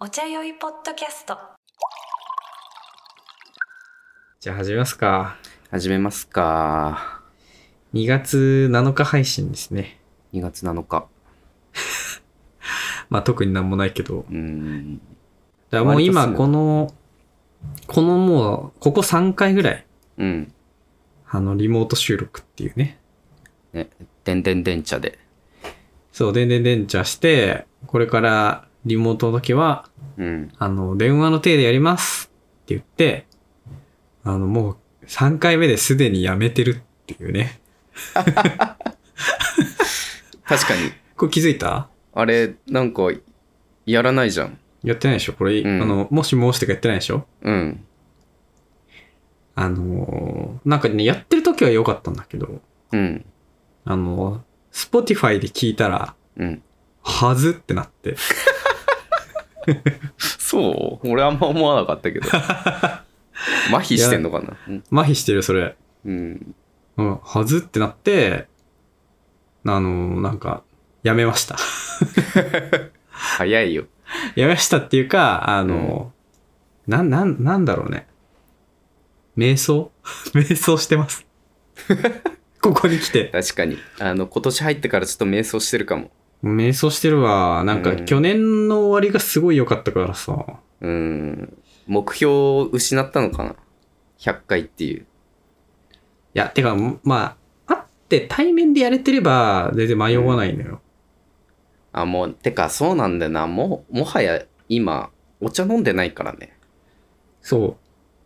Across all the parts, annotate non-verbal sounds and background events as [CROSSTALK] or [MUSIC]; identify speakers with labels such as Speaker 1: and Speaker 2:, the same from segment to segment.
Speaker 1: お茶酔いポッドキャスト
Speaker 2: じゃあ始めますか。
Speaker 3: 始めますか。
Speaker 2: 2月7日配信ですね。
Speaker 3: 2月7日。
Speaker 2: まあ特になんもないけど。
Speaker 3: うーん。
Speaker 2: だからもう今
Speaker 3: 割とすぐ
Speaker 2: この、このもう、ここ3回ぐらい、
Speaker 3: うん。
Speaker 2: あの、リモート収録っていうね。
Speaker 3: でんでんでん茶で。
Speaker 2: そう、でんでんでんちゃして、これからリモートの時は、
Speaker 3: うん。
Speaker 2: あの、電話の手でやりますって言って、あの、もう3回目ですでにやめてるっていうね。
Speaker 3: 確かに。
Speaker 2: これ気づいた
Speaker 3: あれ、なんか、やらないじゃん。
Speaker 2: やってないでしょこれ、
Speaker 3: うん
Speaker 2: あの、もしもしとかやってないでしょ
Speaker 3: うん。
Speaker 2: あのーなんかね、やってる時は良かったんだけど、
Speaker 3: うん。
Speaker 2: あのー、Spotify で聞いたら、
Speaker 3: うん。
Speaker 2: はずってなって。
Speaker 3: そう俺あんま思わなかった [LAUGHS] けど。麻痺してんのかな
Speaker 2: 麻痺してる、それ。
Speaker 3: うん。
Speaker 2: うん、はずってなって、あのーなんか、やめました。 [LAUGHS]
Speaker 3: 早いよ。
Speaker 2: やめましたっていうか、あのーなん、なん、なんだろうね。瞑想 [LAUGHS] 瞑想して
Speaker 3: [LAUGHS]
Speaker 2: ます。ここに来て。
Speaker 3: 確かに。あの、今年入ってからちょっと瞑想してるかも。
Speaker 2: 瞑想してるわ。なんか、
Speaker 3: うん
Speaker 2: 去年の終わりがすごい良かったからさ。
Speaker 3: うん。目標を失ったのかな ?100 回っていう。
Speaker 2: いや、てか、まあ、会って対面でやれてれば、全然迷わないのよ。
Speaker 3: あ、もう、てか、そうなんだよな。もう、もはや今、お茶飲んでないからね。
Speaker 2: そう。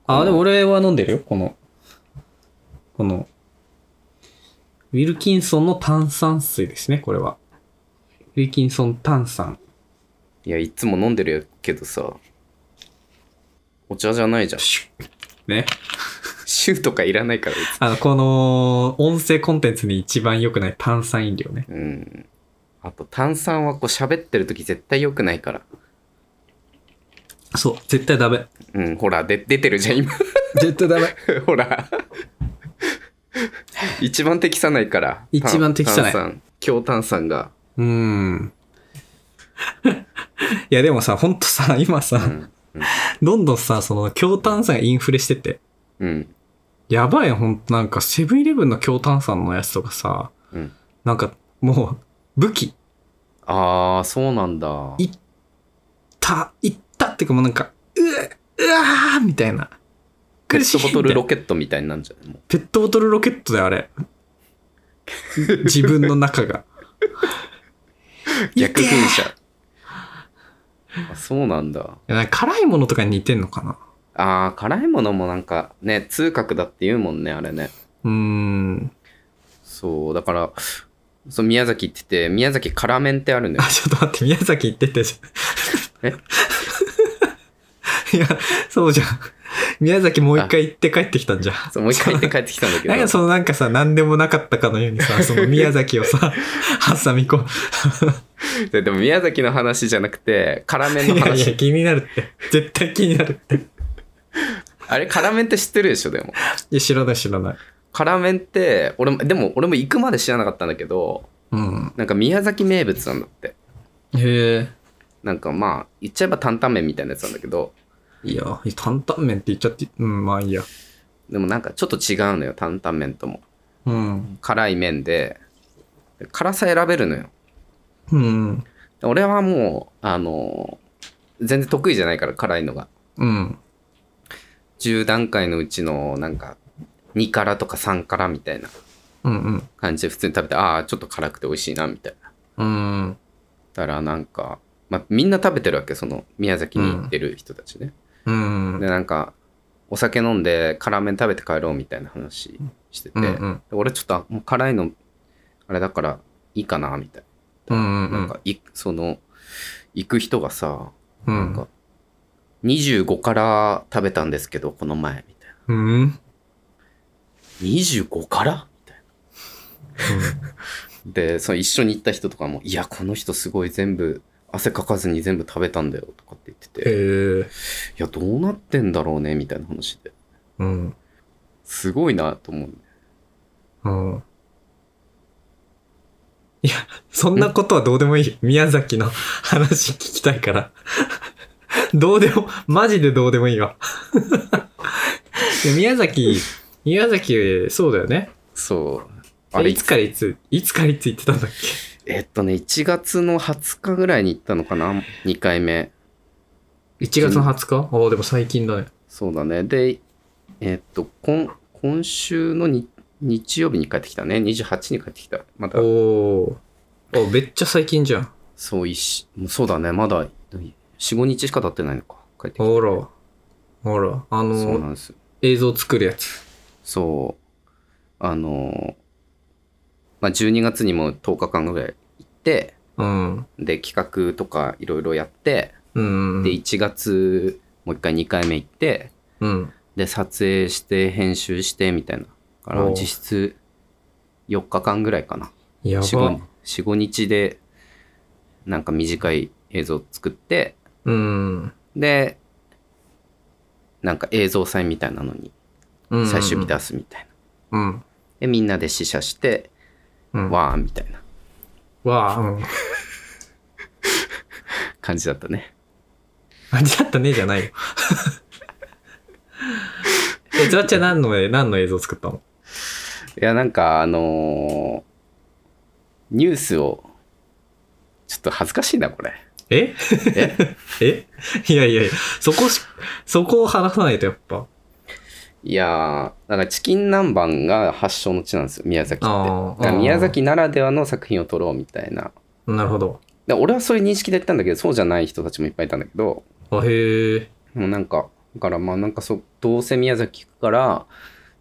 Speaker 2: あ、
Speaker 3: うん
Speaker 2: でも俺は飲んでるよ、この。この。ウィルキンソンの炭酸水ですね、これは。ウィルキンソン炭酸。
Speaker 3: いや、いつも飲んでるけどさ、お茶じゃないじゃん。
Speaker 2: シュッね。
Speaker 3: シューとかいらないから、別
Speaker 2: あの、この、音声コンテンツに一番良くない炭酸飲料ね。
Speaker 3: にうん。あと、炭酸はこう喋ってるとき絶対良くないから。
Speaker 2: そう、絶対ダメ。
Speaker 3: うん、ほら、で出てるじゃん、今。 [LAUGHS]
Speaker 2: 絶対ダメ。
Speaker 3: ほら。一番適さないから。
Speaker 2: 一番適さない
Speaker 3: 炭酸。強炭酸が。
Speaker 2: うーん。 [LAUGHS] いや、でもさ、ほんとさ、今さ、
Speaker 3: うん。
Speaker 2: どんどんさ、その、強炭酸がインフレしてて。
Speaker 3: うん。
Speaker 2: やばいよ、ほんと。なんか、セブンイレブンの強炭酸のやつとかさ、
Speaker 3: うん
Speaker 2: なんか、もう、武器、
Speaker 3: ああ、そうなんだ。
Speaker 2: いた、いったっていうか、もうなんか、うえうわーみたいな。
Speaker 3: ペットボトルロ
Speaker 2: ケ
Speaker 3: ケットみたいになんじゃないも
Speaker 2: ペットボトルロケットだよ、あ
Speaker 3: [LAUGHS]
Speaker 2: れ。自分の中が。
Speaker 3: う逆
Speaker 2: いてー
Speaker 3: 噴射。あそうなんだ。
Speaker 2: いやなんか辛いものとかに似てんのかな
Speaker 3: ああ、辛いものもなんかね、痛覚だって言うもんね、あれね。
Speaker 2: うーん。
Speaker 3: そう、だから、そう宮崎行ってて、宮崎辛麺ってあるんだ
Speaker 2: あ、 [LAUGHS]
Speaker 3: よ。
Speaker 2: ちょっと待って、宮崎行ってたじゃん。いや、そうじゃん。宮崎もう一回行って帰ってきたんじゃん。
Speaker 3: そう、もう一回行って帰ってきたんだけ
Speaker 2: なんか
Speaker 3: ど、
Speaker 2: そのなんかさ、何でもなかったかのように
Speaker 3: [LAUGHS]
Speaker 2: さ、その宮崎をさ、挟み込む。
Speaker 3: ででも宮崎の話じゃなくて、辛麺の
Speaker 2: いやい
Speaker 3: 話。
Speaker 2: や、気になるって。絶対気になるって。い
Speaker 3: あれ、辛麺って知ってるでしょ、でも。
Speaker 2: や、知らない知らない。
Speaker 3: 辛麺って、俺も、でも俺も行くまで知らなかったんだけど、
Speaker 2: うん。
Speaker 3: なんか宮崎名物なんだって。
Speaker 2: へえ。
Speaker 3: なんかまあ、言っちゃえば担々麺みたいなやつなんだけど、
Speaker 2: いや、担々麺って言っちゃって、うん、まあいいや。
Speaker 3: でもなんかちょっと違うのよ、担々麺とも。
Speaker 2: うん。
Speaker 3: 辛い麺で、で辛さ選べるのよ。
Speaker 2: うん。
Speaker 3: 俺はもう、あのー全然得意じゃないから、辛いのが。
Speaker 2: うん。
Speaker 3: 10段階のうちの、なんか、2辛とか3辛みたいな
Speaker 2: うん。
Speaker 3: 感じで普通に食べて、ああ、ちょっと辛くて美味しいな、みたい
Speaker 2: う
Speaker 3: な。
Speaker 2: ん。
Speaker 3: だからなんか、まあ、みんな食べてるわけ、その、宮崎に行ってる人たちね。
Speaker 2: うん。
Speaker 3: で、なんか、お酒飲んで辛麺食べて帰ろうみたいな話してて、
Speaker 2: うんうん
Speaker 3: で俺ちょっとあもう辛いの、あれだからいいかな、みたいな。
Speaker 2: うんうんうん
Speaker 3: なんかい、その、行く人がさ、
Speaker 2: う
Speaker 3: なん
Speaker 2: ん。
Speaker 3: か、25から食べたんですけど、この前、みたいな。
Speaker 2: うん。
Speaker 3: 25からみたいな。で、その一緒に行った人とかも、いや、この人すごい全部、汗かかずに全部食べたんだよ、とかって言って
Speaker 2: へ
Speaker 3: て、い
Speaker 2: え。
Speaker 3: や、どうなってんだろうね、みたいな話で。
Speaker 2: うん。
Speaker 3: すごいな、と思う。
Speaker 2: うん。いや、そんなことはどうでもいい。宮崎の話聞きたいから。どうでも、マジでどうでもいいわ。いや宮崎、宮崎、そうだよね。
Speaker 3: そう。あ
Speaker 2: あ
Speaker 3: れ、
Speaker 2: れ、
Speaker 3: い
Speaker 2: い
Speaker 3: つ
Speaker 2: つからいつ、いつからいつ行ってたんだっけ
Speaker 3: えっとね、1月の20日ぐらいに行ったのかな ?2 回目。
Speaker 2: ?1 月の20日ああ、でも最近だね。
Speaker 3: そうだね。で、えっと、今、今週のに日曜日に帰ってきたね。28に帰ってきた。まだ
Speaker 2: お、おー。あ、めっちゃ最近じゃん。あ
Speaker 3: そういし、もうそうだね。まだ、4、5日しか経ってないのか。帰ってきた。
Speaker 2: ら。あら。あ
Speaker 3: そうな
Speaker 2: の、
Speaker 3: んです。
Speaker 2: 映像作るやつ。
Speaker 3: そう。あの、まあ、12月にも10日間ぐらい行って、
Speaker 2: うん。
Speaker 3: で、企画とかいろいろやって、
Speaker 2: うん。
Speaker 3: で、1月、もう一回2回目行って、
Speaker 2: うん。
Speaker 3: で、撮影して、編集して、みたいな。だから、
Speaker 2: おう
Speaker 3: 実質、4日間ぐらいかな。
Speaker 2: や
Speaker 3: 4、
Speaker 2: ば
Speaker 3: 5。4 5日で、なんか短い映像作って、
Speaker 2: うん。
Speaker 3: で、なんか映像祭みたいなのに
Speaker 2: うん
Speaker 3: 最終日。出すみたいな。
Speaker 2: うん。
Speaker 3: で、みんなで試写して、
Speaker 2: うん。わ
Speaker 3: わーみたいな
Speaker 2: あ、うん。
Speaker 3: 感じだったね。
Speaker 2: 間違ったねじゃない [LAUGHS] よ。え、つわっちゃん何の絵、何の映像作ったの
Speaker 3: いや、なんか、あのーニュースを、ちょっと恥ずかしいな、これ。
Speaker 2: え
Speaker 3: え
Speaker 2: [LAUGHS] えいやいやいや、そこし、そこを話さないとやっぱ。
Speaker 3: いやー、なんかチキン南蛮が発祥の地なんですよ、宮崎って。
Speaker 2: あ
Speaker 3: だ
Speaker 2: ー
Speaker 3: から
Speaker 2: あー
Speaker 3: 宮崎ならではの作品を撮ろうみたいな。
Speaker 2: なるほど。
Speaker 3: で俺はそういう認識で行ったんだけど、そうじゃない人たちもいっぱいいたんだけど、
Speaker 2: あ、へえ。
Speaker 3: もうなんか、だからまあなんかそう、どうせ宮崎行くから、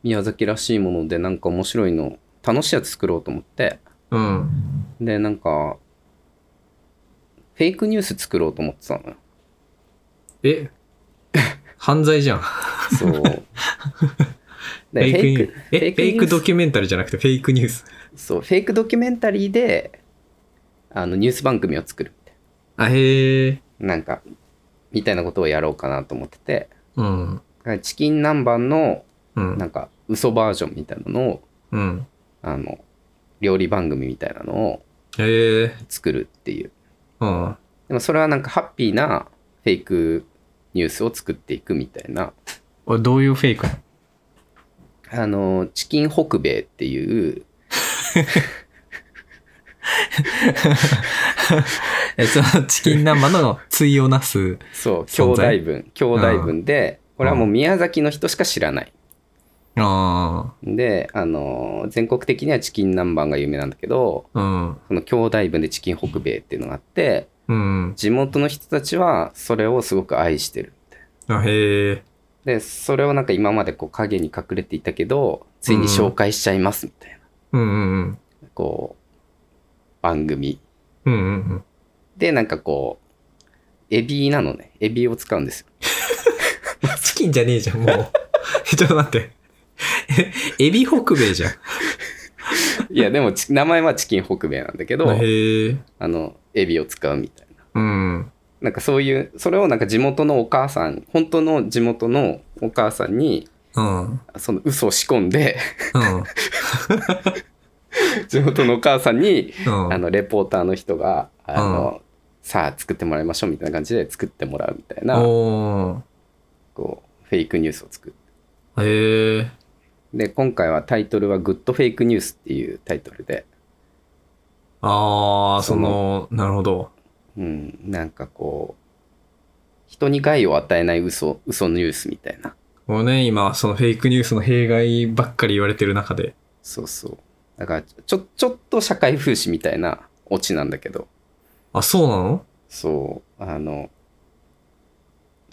Speaker 3: 宮崎らしいものでなんか面白いの、楽しいやつ作ろうと思って、
Speaker 2: うん。
Speaker 3: で、なんか、フェイクニュース作ろうと思ってたのよ。
Speaker 2: え犯罪じゃん。
Speaker 3: そう。
Speaker 2: [LAUGHS] フェ
Speaker 3: で
Speaker 2: イクニュース。え、フェイク
Speaker 3: ニュー
Speaker 2: ド
Speaker 3: ス
Speaker 2: キュメンタリーじゃなくてフェイクニュース。
Speaker 3: そう、フェイクドキュメンタリーで、あの、ニュース番組を作るみたい
Speaker 2: あ、へえ。
Speaker 3: な。なんか、みたいなことをやろうかなと思ってて、
Speaker 2: うん。
Speaker 3: だからチキン南蛮の、
Speaker 2: う
Speaker 3: なん
Speaker 2: ん。
Speaker 3: か、嘘バージョンみたいなのを、
Speaker 2: うん。
Speaker 3: あの、料理番組みたいなのを
Speaker 2: へえ。
Speaker 3: 作るっていう。
Speaker 2: うん。
Speaker 3: でもそれはなんか、ハッピーなフェイクニュースを作っていくみたいな。
Speaker 2: おどういうフェイクなの
Speaker 3: あの、チキン北米っていう、
Speaker 2: え、そのチキン南蛮の対をなす。
Speaker 3: そう、兄
Speaker 2: 存
Speaker 3: 弟
Speaker 2: 在
Speaker 3: 分、兄弟分で、これはもう宮崎の人しか知らない。
Speaker 2: あ
Speaker 3: で、あのー全国的にはチキン南蛮が有名なんだけど、
Speaker 2: あ。うん。
Speaker 3: その兄弟分でチキン北米っていうのがあって、
Speaker 2: うん。
Speaker 3: 地元の人たちはそれをすごく愛してるみたい
Speaker 2: あ、へえ。
Speaker 3: な。で、それをなんか今までこう影に隠れていたけど、ついに紹介しちゃいますみたいな、
Speaker 2: うんうんうん。
Speaker 3: こう、番組。
Speaker 2: うんうん [LAUGHS] うん。
Speaker 3: で、なんかこう、エビなのね。エビを使うんですよ。 [LAUGHS]
Speaker 2: チキンじゃねえじゃん、もう。 [LAUGHS] えちょっと待って。えエビ北米じゃん。
Speaker 3: いや、でもち名前はチキン北米なんだけど、
Speaker 2: へえ。
Speaker 3: あの、エビを使うみたいな。
Speaker 2: うん。
Speaker 3: なんかそういう、それをなんか地元のお母さん、本当の地元のお母さんに、
Speaker 2: うん。うん。
Speaker 3: その嘘を仕込んで、 [LAUGHS] 地元のお母さんに、
Speaker 2: うん。
Speaker 3: [LAUGHS] あの、レポーターの人が、あの、さあ作ってもらいましょうみたいな感じで作ってもらうみたいな、
Speaker 2: お
Speaker 3: こう、フェイクニュースを作る。
Speaker 2: ーへえ。
Speaker 3: で、今回はタイトルはグッドフェイクニュースっていうタイトルで、
Speaker 2: ああ、その、なるほど。
Speaker 3: うん、なんかこう、人に害を与えない嘘、嘘ニュースみたいな。
Speaker 2: もうね、今、そのフェイクニュースの弊害ばっかり言われてる中で。
Speaker 3: そうそう。だから、ちょ、ちょっと社会風刺みたいなオチなんだけど、
Speaker 2: あ、そうなの
Speaker 3: そう、あの、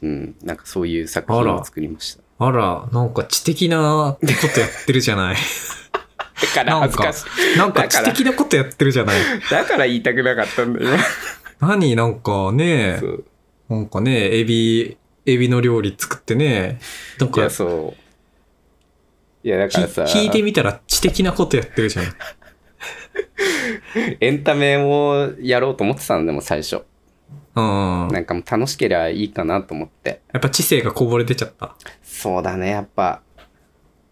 Speaker 3: うん、なんかそういう作品
Speaker 2: あ
Speaker 3: を
Speaker 2: ら
Speaker 3: 作りました。
Speaker 2: あら、なんか知的なことやってるじゃない。
Speaker 3: だから
Speaker 2: なん
Speaker 3: 恥ず
Speaker 2: か
Speaker 3: かしい。、
Speaker 2: なんか
Speaker 3: だか
Speaker 2: 知
Speaker 3: ら
Speaker 2: 的なことやってるじゃ
Speaker 3: [LAUGHS]
Speaker 2: ない。
Speaker 3: だから言いたくなかったんだよ。
Speaker 2: 何なんかね
Speaker 3: そ、う
Speaker 2: なんかね、エビ、エビの料理作ってね、なん
Speaker 3: い
Speaker 2: か
Speaker 3: や、そう。いや、だ
Speaker 2: き
Speaker 3: からさ、
Speaker 2: 聞いてみたら知的なことやってるじゃん。
Speaker 3: エンタメをやろうと思ってたのでも最初。
Speaker 2: うん。
Speaker 3: なんかもう楽しければいいかなと思って。
Speaker 2: やっぱ知性がこぼれ出ちゃった。
Speaker 3: そうだね、やっぱ、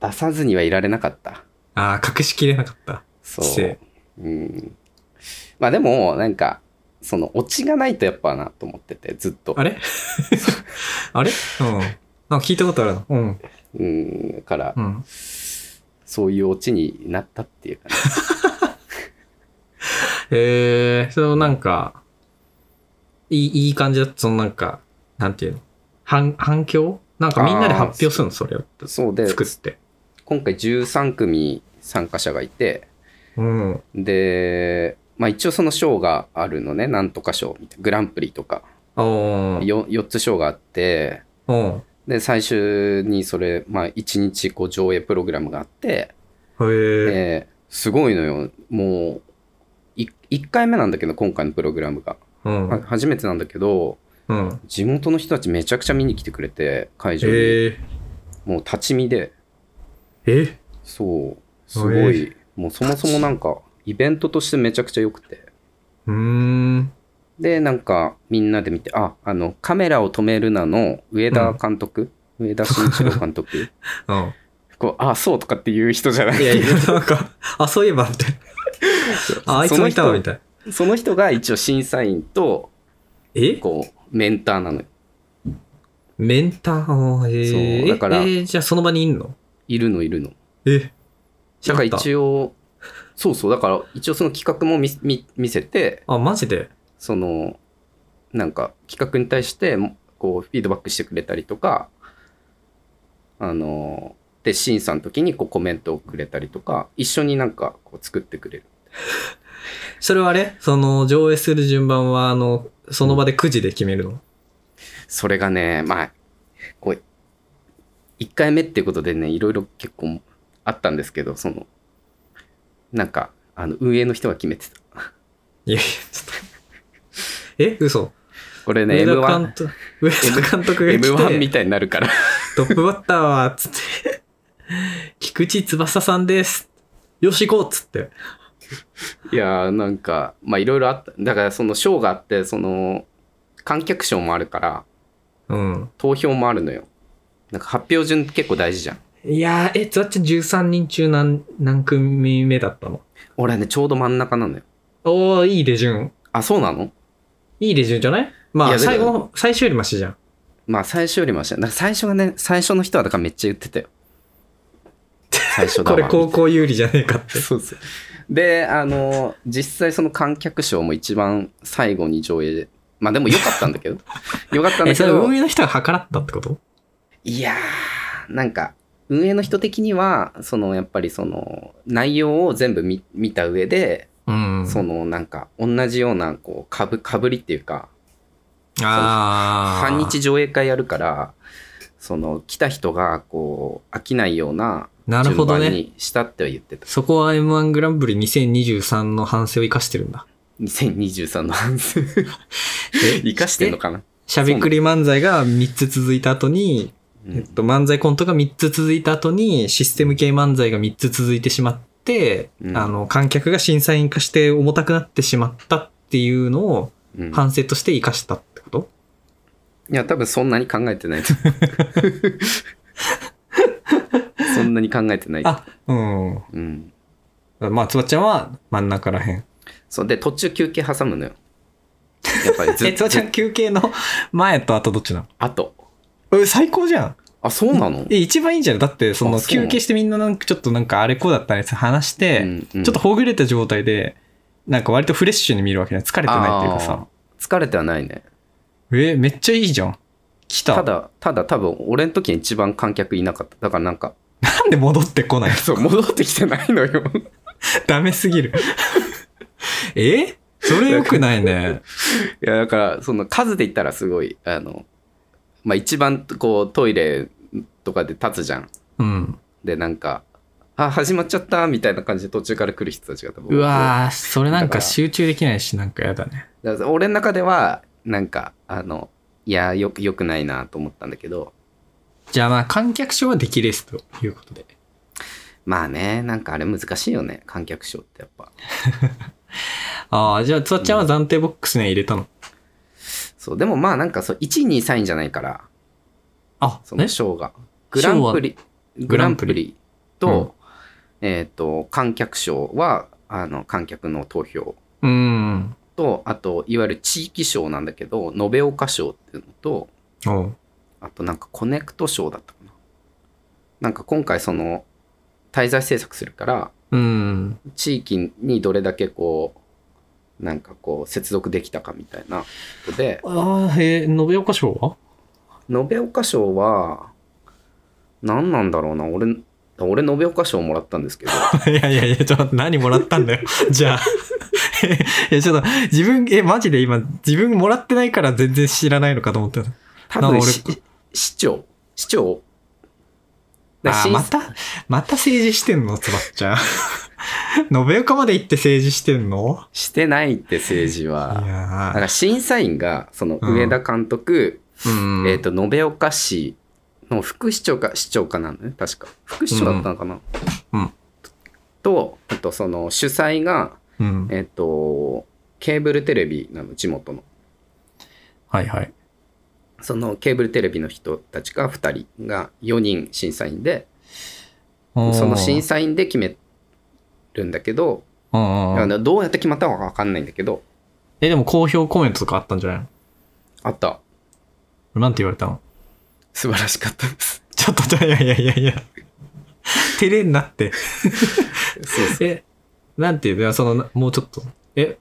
Speaker 3: 出さずにはいられなかった。
Speaker 2: ああ、隠しきれなかった。
Speaker 3: そ
Speaker 2: 知性
Speaker 3: う。うん。まあでも、なんか、そのオチがないとやっぱなと思っててずっと [LAUGHS]
Speaker 2: あれあれうん。なんか聞いたことあるな。うん。
Speaker 3: うんだから、
Speaker 2: うん。
Speaker 3: そういうオチになったっていうかね
Speaker 2: えー、それをなんか、いい、いい感じだった。そのなんか、なんていうの反、反響なんかみんなで発表するのそれを。
Speaker 3: そうで
Speaker 2: 作って。
Speaker 3: 今回13組参加者がいて
Speaker 2: うん。
Speaker 3: でまあ一応その賞があるのねなんとか賞みたいなグランプリとか
Speaker 2: おー。
Speaker 3: よ4つ賞があって
Speaker 2: うん。
Speaker 3: で最終にそれ、まあ、1日こう上映プログラムがあって、
Speaker 2: へえ。
Speaker 3: ですごいのよもうい1回目なんだけど今回のプログラムが、
Speaker 2: うん。
Speaker 3: は初めてなんだけど
Speaker 2: うん。
Speaker 3: 地元の人たちめちゃくちゃ見に来てくれて会場に、
Speaker 2: え
Speaker 3: もう立ち見で
Speaker 2: ー、え
Speaker 3: そうすごい、もうそもそもなんかイベントとしてめちゃくちゃ良くて
Speaker 2: うーん。
Speaker 3: でなんかみんなで見てああのカメラを止めるなの上田監督、上田慎一郎監督
Speaker 2: [LAUGHS] うん。
Speaker 3: こうあそうとかっていう人じゃない
Speaker 2: いやいや、 [LAUGHS] なんか、あ、そういえば、みたいな。あ、あいつもいたわ、みたいな。
Speaker 3: その人が一応審査員と
Speaker 2: え
Speaker 3: こうメンターなのよ
Speaker 2: メンター、え
Speaker 3: そ
Speaker 2: ー、
Speaker 3: うだから
Speaker 2: えーじゃあその場にいんの
Speaker 3: いるのいるの
Speaker 2: え
Speaker 3: だから
Speaker 2: やった
Speaker 3: 一応そうそうだから一応その企画も見見見せて
Speaker 2: あ、マジで
Speaker 3: そのなんか企画に対してこうフィードバックしてくれたりとかあので審査の時にこうコメントをくれたりとか一緒になんかこう作ってくれる
Speaker 2: それはあれその、上映する順番は、あの、その場でくじで決めるの。
Speaker 3: それがねまあこう1回目っていうことでねいろいろ結構あったんですけどそのなんかあの運営の人が決めてた
Speaker 2: いやいや、ちょっと。え嘘
Speaker 3: これね
Speaker 2: 上
Speaker 3: m
Speaker 2: 田
Speaker 3: 1
Speaker 2: 監督、上田監督が
Speaker 3: m 1
Speaker 2: 来
Speaker 3: み
Speaker 2: て、
Speaker 3: たいになるから
Speaker 2: トップバッターは、つって、菊池翼さんです。よし、行こうっつって。
Speaker 3: いやーなんかまあいろいろあっただからその賞があってその観客賞もあるから
Speaker 2: うん。
Speaker 3: 投票もあるのよなんか発表順結構大事じゃん
Speaker 2: いやー、え、つわっちゃん13人中何、何組目だったの
Speaker 3: 俺ねちょうど真ん中なのよ
Speaker 2: おー、いい手順。
Speaker 3: あそうなの
Speaker 2: いい手順じゃないま
Speaker 3: い
Speaker 2: あ、
Speaker 3: やだから
Speaker 2: 最後の、最終よりマシじゃん。
Speaker 3: まあ最初よりもしなんか最初がね最初の人はだからめっちゃ言ってたよ最
Speaker 2: [LAUGHS]
Speaker 3: 初だ
Speaker 2: こ
Speaker 3: わ
Speaker 2: れ高校有利じゃねえかって。
Speaker 3: [LAUGHS] そうそうであの実際その観客賞も一番最後に上映まあでも良かったんだけど良かった
Speaker 2: [LAUGHS]
Speaker 3: ん
Speaker 2: え、
Speaker 3: だけ
Speaker 2: それ
Speaker 3: ど
Speaker 2: 運営の人が計らったってこと
Speaker 3: いやー、なんか、運営の人的には、その、やっぱりその、内容を全部見見た上で、
Speaker 2: うん
Speaker 3: その、なんか、同じような、こう、かぶ、かぶりっていうか、
Speaker 2: ああ。
Speaker 3: 半日上映会やるから、その、来た人が、こう、飽きないような、
Speaker 2: なるほ
Speaker 3: 順
Speaker 2: ど
Speaker 3: 番
Speaker 2: ね。
Speaker 3: にしたっては言ってた。
Speaker 2: そこは M1 グランプリ2023の反省を生かしてるんだ。
Speaker 3: 2023の
Speaker 2: [LAUGHS]
Speaker 3: 反省。生かしてんのかな
Speaker 2: しゃべくり漫才が3つ続いた後に、
Speaker 3: う
Speaker 2: えっ
Speaker 3: ん。
Speaker 2: と、漫才コントが3つ続いた後に、システム系漫才が3つ続いてしまって、
Speaker 3: うん
Speaker 2: あの、観客が審査員化して重たくなってしまったっていうのを
Speaker 3: うんい
Speaker 2: 反省として生かしたってこと、
Speaker 3: や、多分そんなに考えてな
Speaker 2: [LAUGHS]
Speaker 3: いと。そんなに考えてない。
Speaker 2: あ、うん。
Speaker 3: うん。
Speaker 2: まあ、つばっちゃんは真ん中らへん。
Speaker 3: そうで途中休憩挟むのよやっぱ [LAUGHS] りず
Speaker 2: え、
Speaker 3: っ
Speaker 2: つばちゃん休憩の前と後どっちなの
Speaker 3: あと
Speaker 2: え、最高じゃん。
Speaker 3: あそうなの
Speaker 2: え、一番いいんじゃないだって、その
Speaker 3: あそう
Speaker 2: 休憩してみんななんかちょっとなんかあれこうだったねって話して、
Speaker 3: うんうん
Speaker 2: ちょっとほぐれた状態で、なんか割とフレッシュに見るわけね。疲れてないっていうか
Speaker 3: あ
Speaker 2: さ。
Speaker 3: ー疲れてはないね
Speaker 2: え、めっちゃいいじゃん。来た。
Speaker 3: ただただ多分俺の時に一番観客いなかっただからなんか
Speaker 2: なんで戻ってこない
Speaker 3: そう戻ってきて [LAUGHS] ないのよ
Speaker 2: ダメすぎる。 [LAUGHS] えそれ良くないね。
Speaker 3: いやだからその数で言ったらすごいあのまあ一番こうトイレとかで立つじゃん
Speaker 2: うん。
Speaker 3: でなんかあ始まっちゃったみたいな感じで途中から来る人たちが多分
Speaker 2: うわーそれなん
Speaker 3: だか
Speaker 2: から集中できないし、なんかやだね。
Speaker 3: だから俺の中ではなんかあのいやよくよくないなと思ったんだけど
Speaker 2: じゃあまあ観客賞はできですということで。
Speaker 3: まあね、なんかあれ難しいよね、観客賞ってやっぱ。
Speaker 2: ああ、じゃあ、つわっちゃんは暫定ボックスには入れたの。
Speaker 3: そう、でもまあなんかそう、1位、2位、3位じゃないから、
Speaker 2: あ、
Speaker 3: そ
Speaker 2: ね
Speaker 3: の賞が。グランプリ、グランプリと、えっ、と、観客賞は、あの、観客の投票
Speaker 2: うーん。
Speaker 3: と、あと、いわゆる地域賞なんだけど、延岡賞っていうのと、
Speaker 2: うん。
Speaker 3: あとなんかコネクト賞だったかな。なんか今回その、滞在制作するから、
Speaker 2: うん。
Speaker 3: 地域にどれだけこう、なんかこう、接続できたかみたいなことで、
Speaker 2: ああ、へえ、延岡賞は
Speaker 3: 延岡賞は、何なんだろうな、俺、俺延岡賞もらったんです
Speaker 2: [LAUGHS]
Speaker 3: けど、
Speaker 2: [LAUGHS] いやいやいや、ちょっと待って何もらったんだよ。 [LAUGHS] じゃあ。え、いやちょっと、自分、え、マジで今、自分もらってないから全然知らないのかと思った。
Speaker 3: 多
Speaker 2: なん
Speaker 3: 分
Speaker 2: か俺
Speaker 3: し市長、市長、だ
Speaker 2: あ
Speaker 3: か
Speaker 2: ー、
Speaker 3: ら
Speaker 2: また、また政治してんのつばっちゃん。 [LAUGHS] 延岡まで行って政治してんの
Speaker 3: してないって政治
Speaker 2: いや
Speaker 3: は。だか
Speaker 2: ー
Speaker 3: ら審査員が、その
Speaker 2: うん
Speaker 3: 上田監督、
Speaker 2: うん。
Speaker 3: えっ、と、延岡市の副市長か、市長かなのね、確か。副市長だったのかな、
Speaker 2: うんうん
Speaker 3: と、あとその主催が、
Speaker 2: うん。
Speaker 3: えっ、と、ケーブルテレビなの、地元の。
Speaker 2: はいはい。
Speaker 3: そのケーブルテレビの人たちが2人が4人審査員で、その審
Speaker 2: 査。
Speaker 3: 査員で決めるんだけど、
Speaker 2: うんうん
Speaker 3: あ
Speaker 2: うん
Speaker 3: のどうやって決まったのか分かんないんだけど、
Speaker 2: え、でも好評コメントとかあったんじゃない
Speaker 3: あった。
Speaker 2: のなんて言われたの
Speaker 3: 素晴らしかった
Speaker 2: [LAUGHS]
Speaker 3: です。
Speaker 2: ちょっとちょ、いやいやいやいや。照れんなって。
Speaker 3: そうそ
Speaker 2: え、なんて言うのいやその、なもうちょっと。え、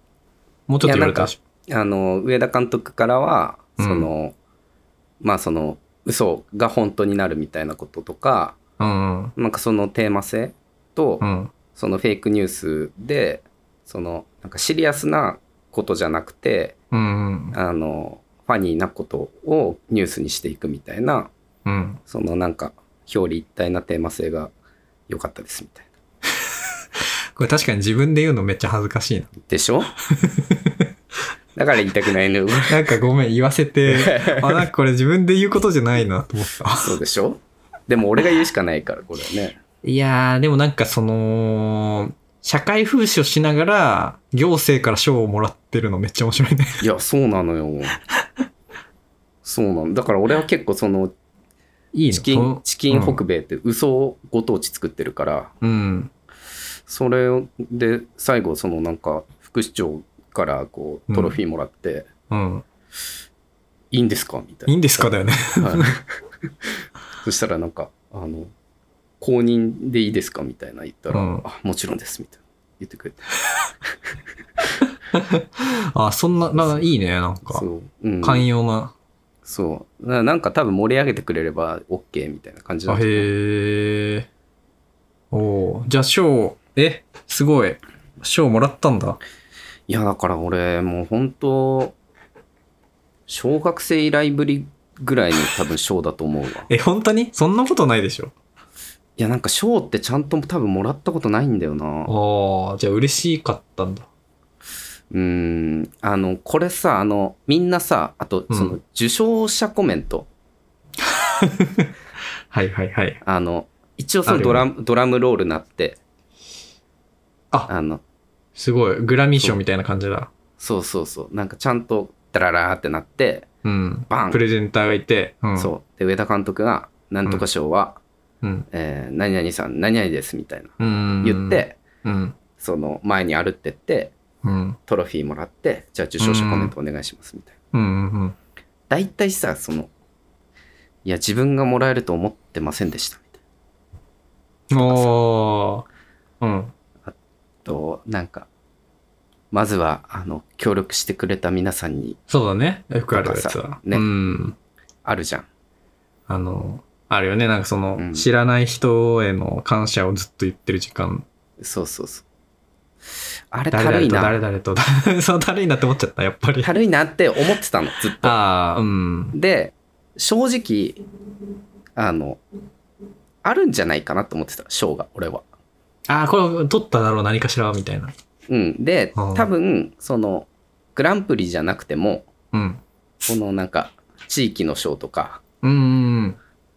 Speaker 2: もうちょっと言われたでしょ
Speaker 3: うあの、上田監督からは、
Speaker 2: うん
Speaker 3: その、まあその、嘘が本当になるみたいなこととか、
Speaker 2: うんうん。
Speaker 3: なんかそのテーマ性と、
Speaker 2: うん。
Speaker 3: そのフェイクニュースで、その、なんかシリアスなことじゃなくて、
Speaker 2: うん。
Speaker 3: あの、ファニーなことをニュースにしていくみたいな、
Speaker 2: うん。
Speaker 3: そのなんか、表裏一体なテーマ性が良かったですみたい
Speaker 2: これ確かに自分で言うのめっちゃ恥ずかしいな。
Speaker 3: な。で
Speaker 2: [LAUGHS]
Speaker 3: しょだから言いたくないの、ね、
Speaker 2: なんかごめん、言わせ [LAUGHS] て。あ、なんかこれ自分で言うことじゃないなと思った。
Speaker 3: そうでしょでも俺が言うしかないから、これはね。
Speaker 2: いやー、でもなんかその、社会風刺をしながら、行政から賞をもらってるのめっちゃ面白いね。
Speaker 3: いや、そうなのよ。そうなの。だから俺は結構その、
Speaker 2: いいの
Speaker 3: チキン、チキン
Speaker 2: うん
Speaker 3: 北米って嘘をご当地作ってるから、
Speaker 2: うん。
Speaker 3: それで最後そのなんか副市長からこ
Speaker 2: う
Speaker 3: うんトロフィーもらって、
Speaker 2: うん。
Speaker 3: いいんですかみたい
Speaker 2: いい
Speaker 3: な。
Speaker 2: んですかだよね。
Speaker 3: はいそしたらなんか、あの、公認でいいですかみたいな言ったら、
Speaker 2: うん
Speaker 3: あ、もちろんです、みたいな。言ってくれて。
Speaker 2: [LAUGHS] あ、そんな、な、いいね、なんか
Speaker 3: そ。う。うん、
Speaker 2: 寛容な。
Speaker 3: そう。ななんか多分盛り上げてくれれば OK みたいな感じ
Speaker 2: あ、
Speaker 3: なんですよ
Speaker 2: へえ。おおじゃあ賞、え、すごい。賞もらったんだ。
Speaker 3: いや、だから俺、もう本当、小学生以来ぶりぐらいの多分賞だと思うわ。
Speaker 2: え、本当にそんなことないでしょ。
Speaker 3: いや、なんか賞ってちゃんと多分もらったことないんだよな。
Speaker 2: ああ、じゃあ嬉しかったんだ。
Speaker 3: うーん。あの、これさ、あの、みんなさ、あと、
Speaker 2: うん
Speaker 3: その、受賞者コメント。
Speaker 2: はいはいはい。
Speaker 3: あの、一応そ
Speaker 2: あ
Speaker 3: の
Speaker 2: る
Speaker 3: ド
Speaker 2: よ
Speaker 3: ラム、ドラムロールなって、
Speaker 2: あ
Speaker 3: あの、
Speaker 2: すごい。グラミー賞みたいな感じだ。
Speaker 3: そうそうそう。なんかちゃんと、ダララーってなって、
Speaker 2: うん。
Speaker 3: バン
Speaker 2: プレゼンターがいて、うん。
Speaker 3: そう。で、上田監督が、なんとか賞は、
Speaker 2: う。うん。
Speaker 3: えー何々さん、何々です、みたいな。
Speaker 2: うん。
Speaker 3: 言って、
Speaker 2: うん。
Speaker 3: その前に歩ってって
Speaker 2: うん。
Speaker 3: トロフィーもらってじゃあ受賞者コメントお願いしますみたいな、
Speaker 2: うん。うん。うん。
Speaker 3: 大体さそのいや自分がもらえると思ってませんでしたみたい
Speaker 2: おーうん。
Speaker 3: なとなんかまずはあの協力してくれた皆さんに
Speaker 2: そうだね。よくあるやつ
Speaker 3: なんか
Speaker 2: は
Speaker 3: さ。ね
Speaker 2: うん。
Speaker 3: あるじゃん
Speaker 2: あの、あるよね。なんかその、
Speaker 3: うん
Speaker 2: 知らない人への感謝をずっと言ってる時間。
Speaker 3: そうそうそうあれたる
Speaker 2: 誰
Speaker 3: い
Speaker 2: 々と
Speaker 3: な
Speaker 2: 誰々と、 [LAUGHS] そう、だるいなって思っちゃった、やっぱり。
Speaker 3: たるいなって思ってたのずっと
Speaker 2: ああ、うん。
Speaker 3: で正直あのあるんじゃないかなと思ってた賞が俺は
Speaker 2: ああ、これ取っただろう、何かしら、みたいな。
Speaker 3: うんで
Speaker 2: あー
Speaker 3: 多分そのグランプリじゃなくても
Speaker 2: うん。
Speaker 3: このなんか地域の賞とか
Speaker 2: うんうんうん。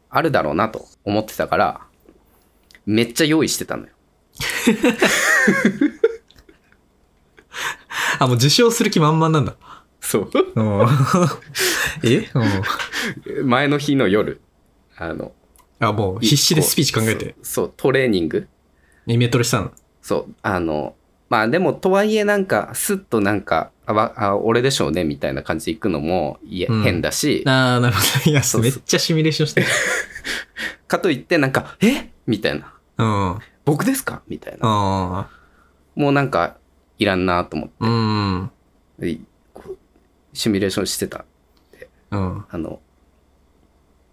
Speaker 3: あるだろうなと思ってたからめっちゃ用意してたのよ
Speaker 2: あ、もう受賞する気満々なんだ。
Speaker 3: そう
Speaker 2: うんえうん。
Speaker 3: [LAUGHS] 前の日の夜あの
Speaker 2: あ、もう必死でスピーチ考えて
Speaker 3: こ、うそうそうトレーニング
Speaker 2: イメトレしたの。
Speaker 3: そうあのままあでもとはいえなんかスッとなんかあわあ俺でしょうねみたいな感じで行くのもいえ
Speaker 2: うん
Speaker 3: 変だし、
Speaker 2: ああ、なるほど。いや、
Speaker 3: そうそう
Speaker 2: めっちゃシミュレーションしてる。
Speaker 3: かといってなんか「えみたいな
Speaker 2: うん。あ
Speaker 3: 「僕ですか?」みたいな
Speaker 2: あ
Speaker 3: もうなんかいらんなと思っ
Speaker 2: ー。うん。
Speaker 3: ていこうシミュレーションしてた
Speaker 2: うん。
Speaker 3: あの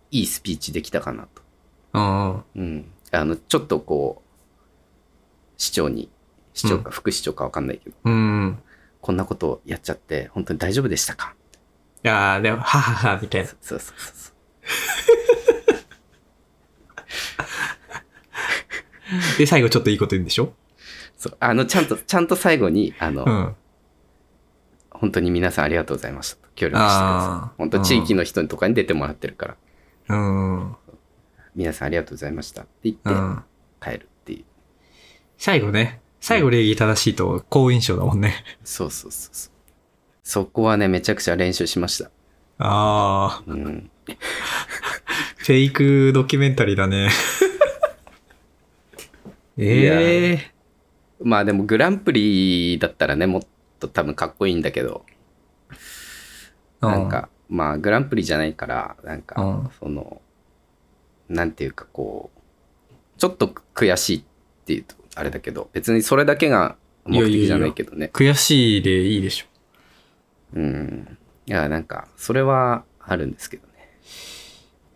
Speaker 3: いいスピーチできたかなと、
Speaker 2: うん。
Speaker 3: うん、あのちょっとこう市長に市長か副市長かわかんないけど、
Speaker 2: うん。
Speaker 3: こんなことをやっちゃって本当に大丈夫でしたか
Speaker 2: いやーでも、ははは、みたいな。
Speaker 3: そうそうそうそう
Speaker 2: で、最後ちょっといいこと言うんでしょ
Speaker 3: そうあのち
Speaker 2: [LAUGHS]
Speaker 3: ゃんとちゃんと最後にあの、
Speaker 2: うん。
Speaker 3: 本当に皆さんありがとうございましたと協力してくださ
Speaker 2: あー
Speaker 3: い本当地域の人とかに出てもらってるか
Speaker 2: う
Speaker 3: ら
Speaker 2: ん。
Speaker 3: 皆さんありがとうございましたって言
Speaker 2: う
Speaker 3: って
Speaker 2: ん。
Speaker 3: 帰るっていう
Speaker 2: 最後ね。最後礼儀正しいと好印象だもんね。
Speaker 3: そうそうそうそうそこはねめちゃくちゃ練習しました
Speaker 2: あ
Speaker 3: うん
Speaker 2: ー、フェイクドキュメンタリーだね。
Speaker 3: いや
Speaker 2: ええ
Speaker 3: まあでもグランプリだったらねもっと多分かっこいいんだけど
Speaker 2: ー。
Speaker 3: なんかまあグランプリじゃないからな
Speaker 2: う
Speaker 3: んか
Speaker 2: ん。
Speaker 3: そのなんていうかこうちょっと悔しいっていうとあれだけど別にそれだけが目的じゃないけどね
Speaker 2: 悔しいでいいでしょ。
Speaker 3: うん。いや、なんか、それはあるんですけどね。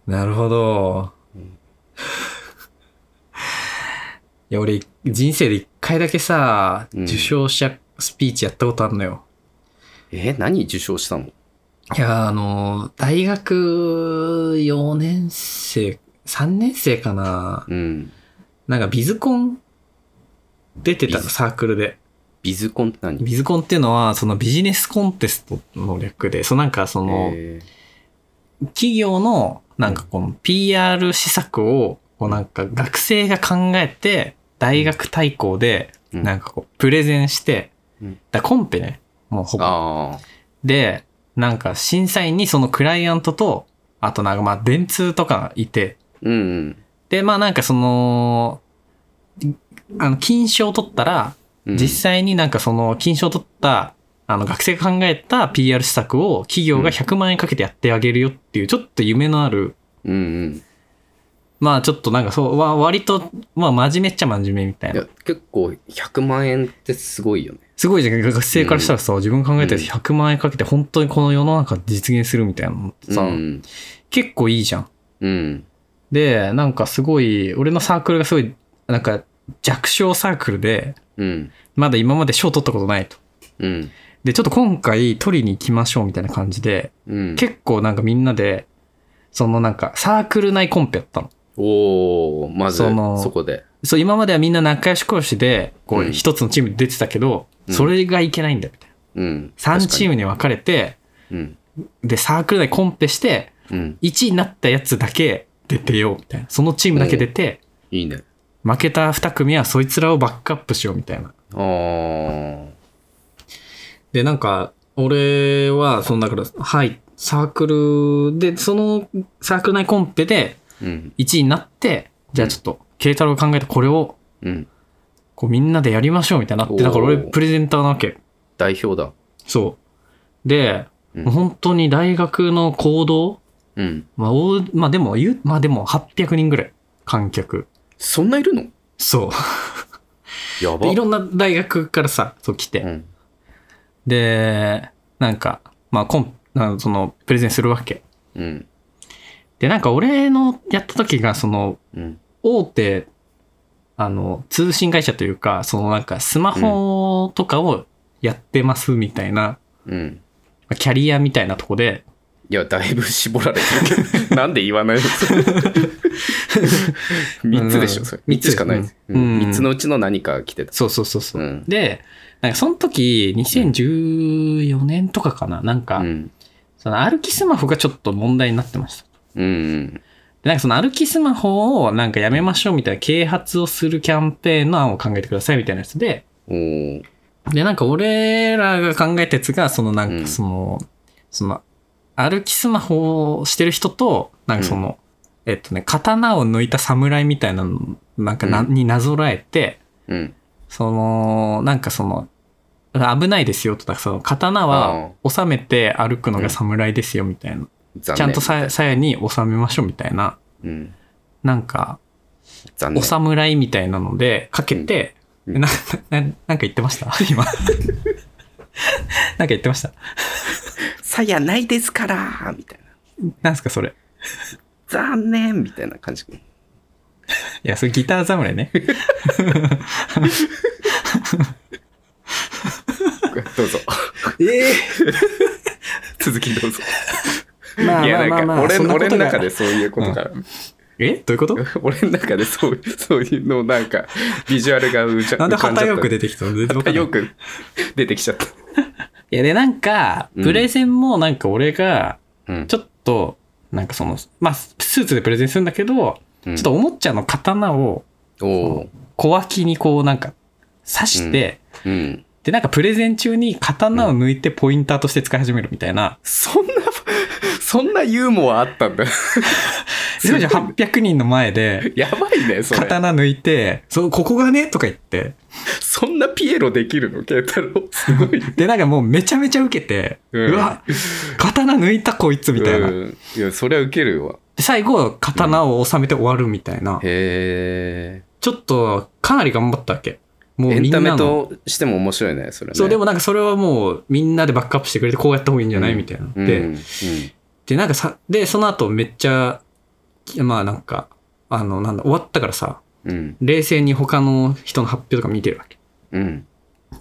Speaker 2: なるほど。いや、俺、人生で一回だけさ、
Speaker 3: うん
Speaker 2: 受賞者スピーチやったことあるのよ。
Speaker 3: え、何受賞したの
Speaker 2: いや、あの、大学4年生、3年生かな。
Speaker 3: うん。
Speaker 2: なんかビズコン出てたの、
Speaker 3: ビズ
Speaker 2: サークルで。
Speaker 3: ビズコンって何
Speaker 2: ビズコンっていうのは、そのビジネスコンテストの略で、そうなんかその、
Speaker 3: えー
Speaker 2: 企業の、なんかこの PR 施策を、こうなんか学生が考えて、大学対抗で、
Speaker 3: うん
Speaker 2: なんかこう、プレゼンして
Speaker 3: うん、
Speaker 2: だコンペね、もうほぼ。
Speaker 3: ああ。
Speaker 2: で、なんか審査員にそのクライアントと、あとなんかまあ電通とかいて、
Speaker 3: うんうん。
Speaker 2: で、まあなんかその、あの、金賞を取ったら、
Speaker 3: うん
Speaker 2: 実際になんかその金賞を取ったあの学生が考えた PR 施策を企業が100万円かけてやってあげるよっていうちょっと夢のある
Speaker 3: うんうん。
Speaker 2: まあちょっとなんかそうわ割とまあ真面目っちゃ真面目みたい
Speaker 3: い
Speaker 2: な
Speaker 3: や、結構100万円ってすごいよね。
Speaker 2: すごいじゃん学生からしたらさ、自分考えたやつ
Speaker 3: うん
Speaker 2: 100万円かけて本当にこの世の中実現するみたいなのってさ、
Speaker 3: うん。
Speaker 2: 結構いいじゃん
Speaker 3: うん。
Speaker 2: でなんかすごい俺のサークルがすごいなんか弱小サークルで
Speaker 3: うん。
Speaker 2: まだ今まで賞取ったことないと
Speaker 3: うん。
Speaker 2: でちょっと今回取りに行きましょうみたいな感じで
Speaker 3: うん。
Speaker 2: 結構なんかみんなで、そのなんかサークル内コンペやったの。
Speaker 3: おおまず
Speaker 2: その
Speaker 3: そこで。
Speaker 2: そう、今まではみんな仲良し講師で、こ
Speaker 3: う
Speaker 2: う、
Speaker 3: ん
Speaker 2: 一つのチームに出てたけど、
Speaker 3: うん
Speaker 2: それがいけないんだよ、みたい
Speaker 3: うん。
Speaker 2: な。3チームに分かれて、
Speaker 3: ム。うん。
Speaker 2: で、サークル内コンペして、
Speaker 3: うん。
Speaker 2: 1位になったやつだけ出てよう、みたいな。そのチームだけ出て、
Speaker 3: いいね。
Speaker 2: 負けた2組はそいつらをバックアップしよう、みたいな。
Speaker 3: ああ。
Speaker 2: で、なんか、俺は、その、だから、はい、サークルで、そのサークル内コンペで
Speaker 3: うん。
Speaker 2: 1位になって、じゃあちょっと、慶太郎が考えたこれを
Speaker 3: うん。
Speaker 2: こうみんなでやりましょうみたいになっ
Speaker 3: お
Speaker 2: て、
Speaker 3: ー
Speaker 2: だから俺プレゼンターなわけ。
Speaker 3: 代表だ。
Speaker 2: そう。で、
Speaker 3: うん
Speaker 2: もう本当に大学の行動、
Speaker 3: うん。
Speaker 2: まあ、おまあでも、言うまあでも800人ぐらい、観客。
Speaker 3: そんないるの
Speaker 2: そ
Speaker 3: や
Speaker 2: う。で
Speaker 3: ば。
Speaker 2: いろんな大学からさ、そう来て。
Speaker 3: うん。
Speaker 2: で、なんか、まあコン、あのその、プレゼンするわけ。
Speaker 3: うん。
Speaker 2: で、なんか俺のやった時が、その、
Speaker 3: うん。
Speaker 2: 大手、あの、通信会社というか、そのなんかスマホとかをやってますみたいな、
Speaker 3: うん。
Speaker 2: まあキャリアみたいなとこで、
Speaker 3: いや、だいぶ絞られてる
Speaker 2: [LAUGHS]
Speaker 3: けど。なんで言わないの [LAUGHS] ?3 つでしょ、それ。
Speaker 2: うん
Speaker 3: 3つしかない。
Speaker 2: う
Speaker 3: うんん、3つのうちの何か来てた。
Speaker 2: そうそうそうそう。
Speaker 3: うん
Speaker 2: で、なんかその時、2014年とかかな、なんか、
Speaker 3: うん。
Speaker 2: その歩きスマホがちょっと問題になってました。
Speaker 3: うん。
Speaker 2: で、なんかその歩きスマホをなんかやめましょうみたいな啓発をするキャンペーンの案を考えてくださいみたいなやつで、
Speaker 3: おー
Speaker 2: で、なんか俺らが考えたやつが、そのなん
Speaker 3: う
Speaker 2: か
Speaker 3: ん
Speaker 2: その、その、歩きスマホをしてる人と、なんかその、えっとね、刀を抜いた侍みたいなの、なんかな、
Speaker 3: うん
Speaker 2: になぞらえて、
Speaker 3: うん。
Speaker 2: その、なんかその、危ないですよとか、その刀は収めて歩くのが侍ですよみたいな。
Speaker 3: 残念
Speaker 2: ちゃんとさ鞘に収めましょうみたいな。
Speaker 3: うん
Speaker 2: なんか、
Speaker 3: 残
Speaker 2: お
Speaker 3: 念
Speaker 2: 侍みたいなので、かけて、
Speaker 3: うん
Speaker 2: な、な、なんか言ってました [LAUGHS] 今。なんか言ってました。
Speaker 3: さやないですからみたいな
Speaker 2: なんすかそれ。
Speaker 3: 残念みたいな感じ [LAUGHS]
Speaker 2: いや、それギター侍ね。
Speaker 3: どうぞ [LAUGHS]
Speaker 2: ええ
Speaker 3: 続きどうぞ
Speaker 2: まあ
Speaker 3: い
Speaker 2: まあ
Speaker 3: や
Speaker 2: ま
Speaker 3: な
Speaker 2: あ
Speaker 3: ん
Speaker 2: ま
Speaker 3: か
Speaker 2: あ、
Speaker 3: 俺
Speaker 2: そん
Speaker 3: の
Speaker 2: なこと
Speaker 3: 俺
Speaker 2: が
Speaker 3: の中でそういうことが
Speaker 2: えどういうこと
Speaker 3: [LAUGHS] 俺の中でそうそういうのなんかビジュアルがうじゃ
Speaker 2: なんで
Speaker 3: 浮かん
Speaker 2: 旗
Speaker 3: じゃ
Speaker 2: よ
Speaker 3: っ
Speaker 2: く
Speaker 3: た
Speaker 2: 出てきたの全然わか
Speaker 3: 旗
Speaker 2: んない
Speaker 3: よく出てきちゃった
Speaker 2: いやでなんか、
Speaker 3: うん
Speaker 2: プレゼンもなんか俺が、
Speaker 3: うん
Speaker 2: ちょっと、なんかその、まあ、スーツでプレゼンするんだけど、
Speaker 3: うん
Speaker 2: ちょっとおもちゃの刀を
Speaker 3: おー
Speaker 2: 小脇にこうなんか刺して、
Speaker 3: うん
Speaker 2: でなんかプレゼン中に刀を抜いてポインターとして使い始めるみたいな、
Speaker 3: そんな、そんなユーモアあったんだ。
Speaker 2: [LAUGHS] すごいじゃん800人の前で、
Speaker 3: やばいね、それ。
Speaker 2: 刀抜いて、そう、ここがねとか言って、
Speaker 3: そんなピエロできるの、ケ太郎。すごい。
Speaker 2: でなんかもうめちゃめちゃ受けて、う
Speaker 3: うん
Speaker 2: わ、刀抜いたこいつ [LAUGHS] みたいな。で
Speaker 3: うんいや、それはウケるわ。
Speaker 2: 最後、刀を収めて終わるみたいな。
Speaker 3: へ
Speaker 2: ちょっと、かなり頑張ったわけ。も
Speaker 3: え。
Speaker 2: う
Speaker 3: エ
Speaker 2: み
Speaker 3: ン
Speaker 2: んな
Speaker 3: タ
Speaker 2: の。
Speaker 3: メとしても面白いね、それね。
Speaker 2: そう、でもなんかそれはもうみんなでバックアップしてくれて、こうやった方がいいんじゃない、
Speaker 3: うん
Speaker 2: みたいな。
Speaker 3: うん、
Speaker 2: で、
Speaker 3: うん、
Speaker 2: で、なんかさ、で、その後めっちゃ、まあなんか、あの、なんだ、終わったからさ、
Speaker 3: うん、
Speaker 2: 冷静に他の人の発表とか見てるわけ。
Speaker 3: うん、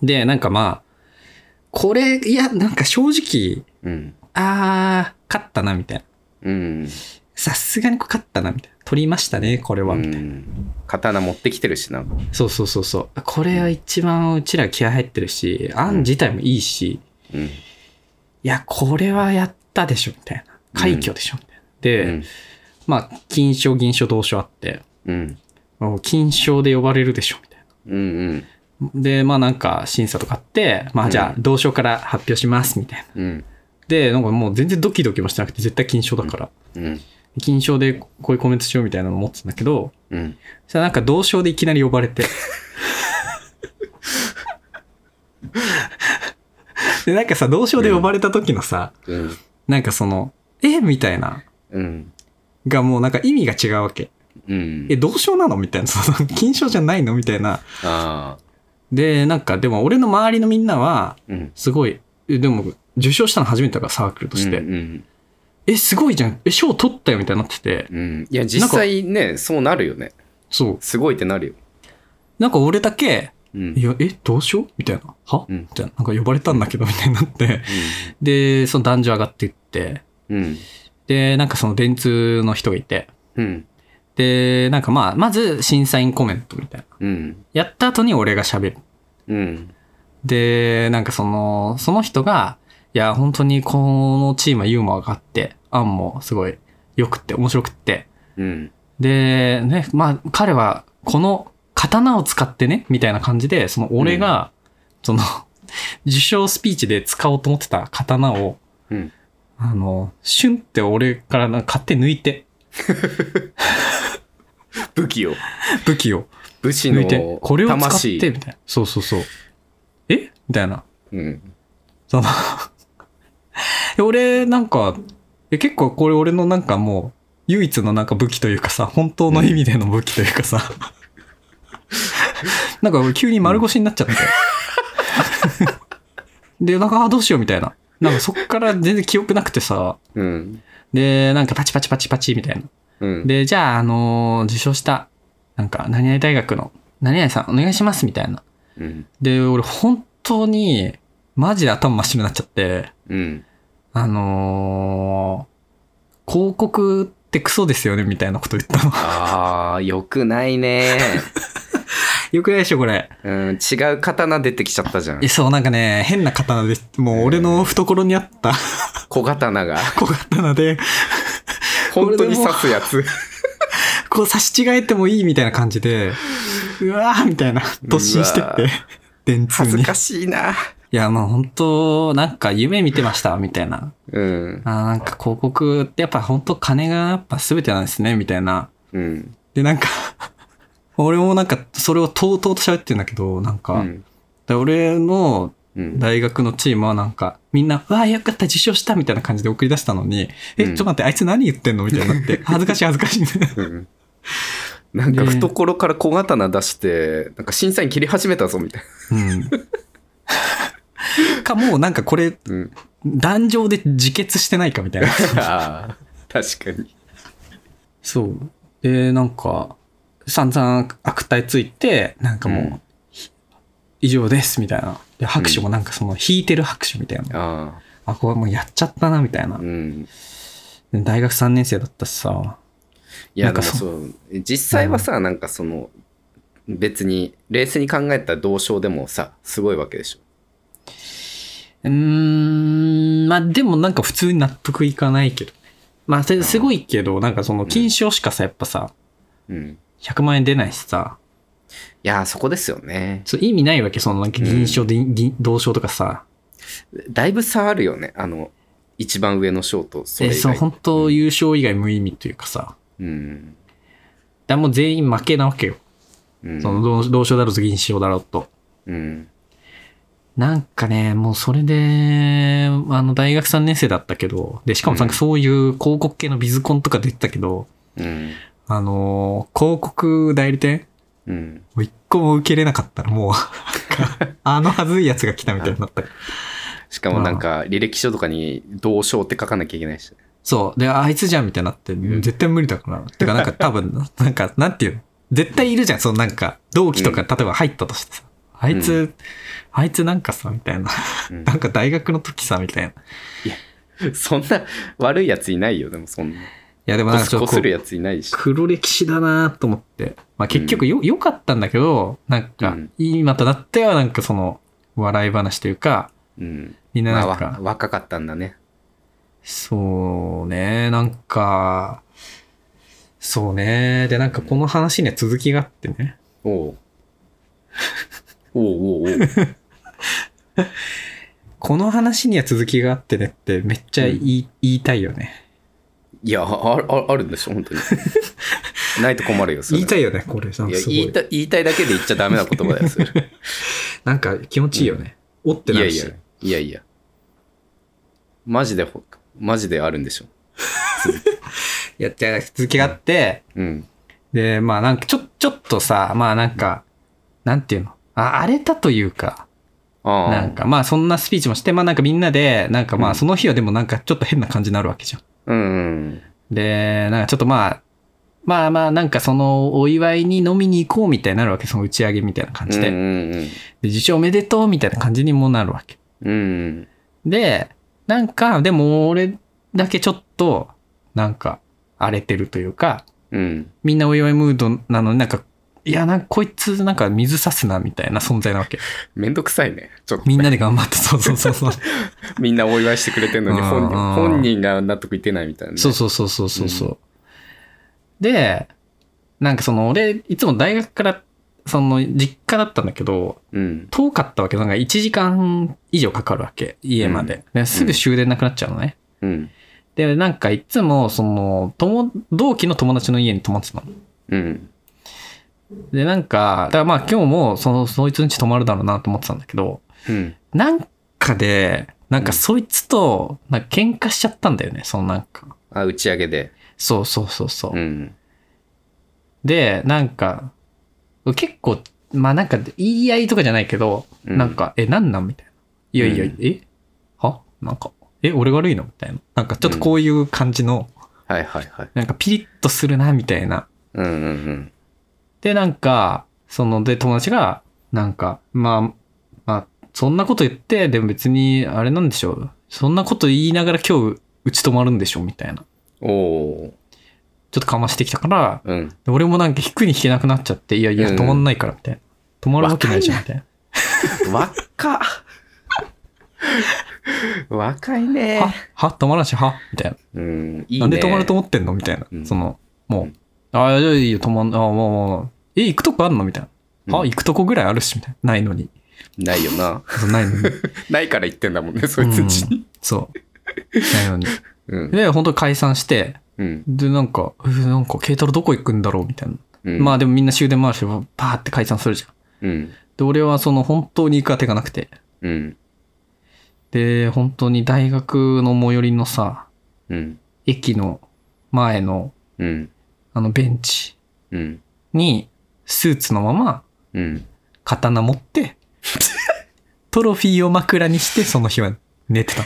Speaker 2: で、なんかまあ、これ、いや、なんか正直、
Speaker 3: うん、
Speaker 2: あー、勝ったな、みたいな。
Speaker 3: うん、
Speaker 2: さすがにこれ勝ったな、みたいな。取りましたね、これは、
Speaker 3: う
Speaker 2: みたいな。
Speaker 3: ん。刀持ってきてるしな。
Speaker 2: そうそうそうそう。これは一番うちら気合入ってるし、案自体もいいし、
Speaker 3: うん、
Speaker 2: いや、これはやったでしょ、みたいな。快挙でしょ、みたいな。で、
Speaker 3: うん、
Speaker 2: まあ、金賞、銀賞、銅賞あって、
Speaker 3: うん、
Speaker 2: もう金賞で呼ばれるでしょ、みたいな。
Speaker 3: うん、
Speaker 2: で、まあなんか審査とかあって、まあじゃあ、銅賞から発表します、みたいな。
Speaker 3: うん、
Speaker 2: で、なんかもう全然ドキドキもしてなくて、絶対金賞だから。
Speaker 3: うん、
Speaker 2: 金賞でこういうコメントしようみたいなの思ってたんだけど、
Speaker 3: うん。
Speaker 2: そしたらなんか同賞でいきなり呼ばれ
Speaker 3: [LAUGHS]
Speaker 2: て。で、なんかさ、同賞で呼ばれた時のさ、
Speaker 3: うん
Speaker 2: なんかその、えみたいな、
Speaker 3: うん
Speaker 2: がもうなんか意味が違うわけ。
Speaker 3: うん
Speaker 2: え、同賞なのみたいな。その、金賞じゃないのみたいな。
Speaker 3: ああ
Speaker 2: で、なんかでも俺の周りのみんなは、
Speaker 3: うん
Speaker 2: すごい、えでも、受賞したの初めてだからサークルとして。
Speaker 3: うん
Speaker 2: え、すごいじゃん。え、賞取ったよみたいになってて。
Speaker 3: うんうんいや実際ねそうなるよね
Speaker 2: そう。
Speaker 3: すごいってなるよ。
Speaker 2: なんか俺だけ、
Speaker 3: うん
Speaker 2: いや、え、どうしようみたいな。は、
Speaker 3: うん
Speaker 2: みたいな。なんか呼ばれたんだけど、みたいにな [LAUGHS] って。で、その男女上がっていって。
Speaker 3: うん。
Speaker 2: で、なんかその電通の人がいて。
Speaker 3: うん。
Speaker 2: で、なんかまあ、まず審査員コメントみたいな。
Speaker 3: うん。
Speaker 2: やった後に俺が喋る。
Speaker 3: うん。
Speaker 2: で、なんかその、その人が、いや、本当にこのチームはユーモアがあって、案もすごい良くって、面白くって。
Speaker 3: うん。
Speaker 2: で、ね、まあ、彼は、この刀を使ってね、みたいな感じで、その俺が、その、 [LAUGHS] 受賞スピーチで使おうと思ってた刀を、
Speaker 3: うん
Speaker 2: あの、シュンって俺からなんか勝手に抜いて、
Speaker 3: 武器を。
Speaker 2: 武器を
Speaker 3: 武士
Speaker 2: 抜
Speaker 3: の
Speaker 2: いて、これを使って、みた
Speaker 3: 魂
Speaker 2: いな。そうそうそう。えみたいな。
Speaker 3: うん。
Speaker 2: そのえ、俺、なんか、え結構これ俺のなんかもう、唯一のなんか武器というかさ、本当の意味での武器というかさ、なんか俺急に丸腰になっちゃって。で、なんか、あ、どうしようみたいな。なんかそっから全然記憶なくてさ、
Speaker 3: うん。
Speaker 2: で、なんかパチパチパチパチみたいな。
Speaker 3: うん。
Speaker 2: で、じゃあ、あのー受賞した、なんか、何々大学の、何々さんお願いしますみたいな。
Speaker 3: うん。
Speaker 2: で、俺本当に、マジで頭真っ白になっちゃって、
Speaker 3: うん。
Speaker 2: あのー広告ってクソですよねみたいなこと言った
Speaker 3: [LAUGHS]
Speaker 2: の。
Speaker 3: ああ、よくない [LAUGHS] ね。
Speaker 2: よくないでしょ、これ。
Speaker 3: うん。違う刀出てきちゃったじゃん
Speaker 2: え、。そう、なんかね、変な刀です。もう俺の懐にあった [LAUGHS]
Speaker 3: 小刀が。
Speaker 2: 小刀で、
Speaker 3: 本当に刺すや [LAUGHS] つ。
Speaker 2: こう差し違えてもいいみたいな感じ
Speaker 3: [LAUGHS]
Speaker 2: で、うわーみたいな、突進してっ
Speaker 3: うわ
Speaker 2: て、電通
Speaker 3: 恥ず
Speaker 2: に。い
Speaker 3: かしいな。
Speaker 2: や、もう本当なんか夢見てました、みたいな。
Speaker 3: うん
Speaker 2: あ。ーなんか広告ってやっぱ本当金がやっぱ全てなんですね、みたいな。
Speaker 3: うん。
Speaker 2: で、なんか、 [LAUGHS] 俺もなんか、それをとうとうと喋ってるんだけど、なんか、
Speaker 3: うん
Speaker 2: で俺の
Speaker 3: うん
Speaker 2: 大学のチームはなんか、みんな、わあ、よかった、受賞したみたいな感じで送り出したのに、え、ち
Speaker 3: う
Speaker 2: ょ
Speaker 3: ん
Speaker 2: っと待って、あいつ何言ってんのみたいにな [LAUGHS] って、恥ずかしい、恥ずかしいみたいな。
Speaker 3: うんなんか
Speaker 2: で
Speaker 3: 懐から小刀出してなんか審査員切り始めたぞみたい
Speaker 2: うん。 [LAUGHS] か、もうなんかこれ、
Speaker 3: な、うん、
Speaker 2: 壇上で自決してないかみたいな。
Speaker 3: [LAUGHS] あー確かに
Speaker 2: そう。で、なんか、散々悪態ついて、なんかもう、
Speaker 3: うん
Speaker 2: 以上です、みたいな。で、拍手もなんかその、引いてる拍手みたいな。
Speaker 3: あ
Speaker 2: あ、これもうやっちゃったな、みたいな
Speaker 3: あう。ん
Speaker 2: で大学3年生だったしさ。
Speaker 3: いや
Speaker 2: なん
Speaker 3: でも
Speaker 2: かそ
Speaker 3: そう実際はさなんかその別に冷静に考えたら同賞でもさすごいわけでしょ
Speaker 2: うーん、まあでもなんか普通に納得いかないけど。まあせすごいけど、なんかその、金賞しかさ、やっぱさ、
Speaker 3: うん
Speaker 2: 100万円出ないしさ、
Speaker 3: いやーそこですよね
Speaker 2: そう意味ないわけ、そのなんか銀賞、で銀銅賞とかさ。
Speaker 3: だいぶ差あるよねあの一番上の賞とそれ
Speaker 2: え、
Speaker 3: 以
Speaker 2: その
Speaker 3: 外
Speaker 2: 本当優勝以外無意味というかさ。
Speaker 3: うん
Speaker 2: だからもう全員負けなわけよ。
Speaker 3: うん
Speaker 2: その同同賞だろうと銀賞だろうと。
Speaker 3: うん
Speaker 2: なんかね、もうそれで、あの大学3年生だったけど、で、しかもなんかそういう広告系のビズコンとか出てたけど、
Speaker 3: うん
Speaker 2: あのー広告代理店
Speaker 3: うん
Speaker 2: もう一個も受けれなかったら [LAUGHS] もう、なんかあのはずいやつが来たみたいになった。
Speaker 3: しかもなんか履歴書とかに同賞って書かなきゃいけないし。
Speaker 2: そう。で、あいつじゃんみたいになって、
Speaker 3: ん
Speaker 2: 絶対無理だから。てかなんか多分、 [LAUGHS] なんか、なんていうの絶対いるじゃん。そのなんか、同期とか、
Speaker 3: う
Speaker 2: 例えば入ったとしてさ。あいつ、
Speaker 3: う
Speaker 2: あいつなんかさ、みたいな。 [LAUGHS]
Speaker 3: うん
Speaker 2: なんか大学の時さ、みたいな。い
Speaker 3: [LAUGHS] そんな悪いやついないよ、でもそんな。
Speaker 2: や、でも
Speaker 3: こ
Speaker 2: なんか
Speaker 3: す
Speaker 2: ちょ
Speaker 3: こ
Speaker 2: っとこ
Speaker 3: する
Speaker 2: う、
Speaker 3: やついないし。
Speaker 2: 黒歴史だなと思って。まあ結局よ、良かったんだけど、なん
Speaker 3: う
Speaker 2: か
Speaker 3: ん、
Speaker 2: 今となってはなんかその、笑い話というか、
Speaker 3: うん。
Speaker 2: みんな
Speaker 3: まあ
Speaker 2: なんか、
Speaker 3: わ、若かったんだね。
Speaker 2: そうね、なんか、そうね。で、なんかこの話には続きがあってね。
Speaker 3: お
Speaker 2: [LAUGHS]
Speaker 3: う。おうおうおう。
Speaker 2: この話には続きがあってねってめっちゃ言い,、言いたいよね。
Speaker 3: いや、あああるんでしょ、本当に。 [LAUGHS] ないと困るよ、それ。
Speaker 2: 言いたいよね、これ。なん
Speaker 3: い
Speaker 2: か
Speaker 3: や
Speaker 2: すご
Speaker 3: 言い
Speaker 2: い。
Speaker 3: た言いたいだけで言っちゃダメな言葉だ
Speaker 2: [LAUGHS]
Speaker 3: よ、それ。
Speaker 2: なんか気持ちいいよね。おって
Speaker 3: い
Speaker 2: な
Speaker 3: や
Speaker 2: る
Speaker 3: い
Speaker 2: し。
Speaker 3: や、いやいや。マジでほ、マジであるんでしょ。
Speaker 2: やってない続きがあって、
Speaker 3: うん。
Speaker 2: で、まあなんかちょ、ちょっとさ、まあなんか、なんていうのあ、荒れたというか、
Speaker 3: ああ。
Speaker 2: なんかまあそんなスピーチもして、まあなんかみんなで、なんかまあその日はでもなんかちょっと変な感じになるわけじゃん。
Speaker 3: うんうん。
Speaker 2: で、なんかちょっとまあ、まあまあなんかそのお祝いに飲みに行こうみたいになるわけ、その打ち上げみたいな感じで。
Speaker 3: うんうんうん。
Speaker 2: で、受賞おめでとうみたいな感じにもなるわけ。
Speaker 3: うん
Speaker 2: で、なんか、でも俺だけちょっと、なんか、荒れてるというか、
Speaker 3: うん。うん。
Speaker 2: みんなお祝いムードなのになんか、いや、なんかこいつなんか水差すなみたいな存在なわけ。
Speaker 3: めんどくさいね。ちょっと
Speaker 2: みんなで頑張って、そうそうそうそう。
Speaker 3: みんなお祝いしてくれてるのに
Speaker 2: うん
Speaker 3: 本人
Speaker 2: うん
Speaker 3: 本人が納得いってないみたいなね、
Speaker 2: そうそうそうそうそうそう。で、なんかその俺、いつも大学から、その実家だったんだけど、
Speaker 3: うん。
Speaker 2: 遠かったわけ。なんか1時間以上かかるわけ。家まで。ですぐ終電なくなっちゃうのね。
Speaker 3: うん。
Speaker 2: で、なんかいつも、その、友、同期の友達の家に泊まってたの。
Speaker 3: うん。
Speaker 2: で、なんか、だからまあ今日も、その、そいつん家泊まるだろうなと思ってたんだけど、
Speaker 3: うん。
Speaker 2: なんかで、なんかそいつと、なんか喧嘩しちゃったんだよね、そのなんか。
Speaker 3: あ、打ち上げで。
Speaker 2: そうそうそうそう。
Speaker 3: うん。
Speaker 2: で、なんか、結構、まあなんか言い合いとかじゃないけど、
Speaker 3: うん
Speaker 2: なんか、え、なんなんみたいな。いやいや、
Speaker 3: うん
Speaker 2: えはなんか、え、俺が悪いのみたいな。なんかちょっとこういう感じの、
Speaker 3: はいはいはい。
Speaker 2: なんかピリッとするな、みたいな。
Speaker 3: うんうん
Speaker 2: で、なんか、その、で、友達が、なんか、まあ、まあ、そんなこと言って、でも別に、あれなんでしょう。そんなこと言いながら今日、うち泊まるんでしょみたいな。
Speaker 3: うん。おお
Speaker 2: ちょっとかましてきたから、
Speaker 3: ー。うん。
Speaker 2: で俺もなんか引くに引けなくなっちゃって、いやい
Speaker 3: うん
Speaker 2: や、泊まんないから、みたいな。泊まるわけないじゃん、みたいな。
Speaker 3: 若っ。若いね
Speaker 2: は。は泊まらんし、はみたいな。
Speaker 3: うん。いいね。
Speaker 2: なんで泊まると思ってんのみたいな
Speaker 3: う。ん
Speaker 2: その、
Speaker 3: う
Speaker 2: も
Speaker 3: ん
Speaker 2: う、ああ、いやいや、泊まん、ああ、まあまあまあ、え、行くとこあるのみたいな。
Speaker 3: う
Speaker 2: あ、
Speaker 3: ん
Speaker 2: 行くとこぐらいあるし、みたいな。ないのに。
Speaker 3: ないよな。
Speaker 2: そうない
Speaker 3: [LAUGHS]
Speaker 2: のに。
Speaker 3: ないから言ってんだもんね、そいつんちに。
Speaker 2: そう。ないのに。
Speaker 3: うん。
Speaker 2: で、本当に解散して、
Speaker 3: うん。
Speaker 2: で、なんか、えーなんか、ケイタロウどこ行くんだろうみたいな。
Speaker 3: うん
Speaker 2: まあでもみんな終電回るし、パーって解散するじゃん。
Speaker 3: うん。
Speaker 2: で、俺はその本当に行く当てがなくて。
Speaker 3: うん。
Speaker 2: で、本当に大学の最寄りのさ、
Speaker 3: うん。
Speaker 2: 駅の前の
Speaker 3: うん。
Speaker 2: あのベンチ
Speaker 3: うん。
Speaker 2: にスーツのまま
Speaker 3: うん。
Speaker 2: 刀持って、トロフィーを枕にしてその日は寝てた。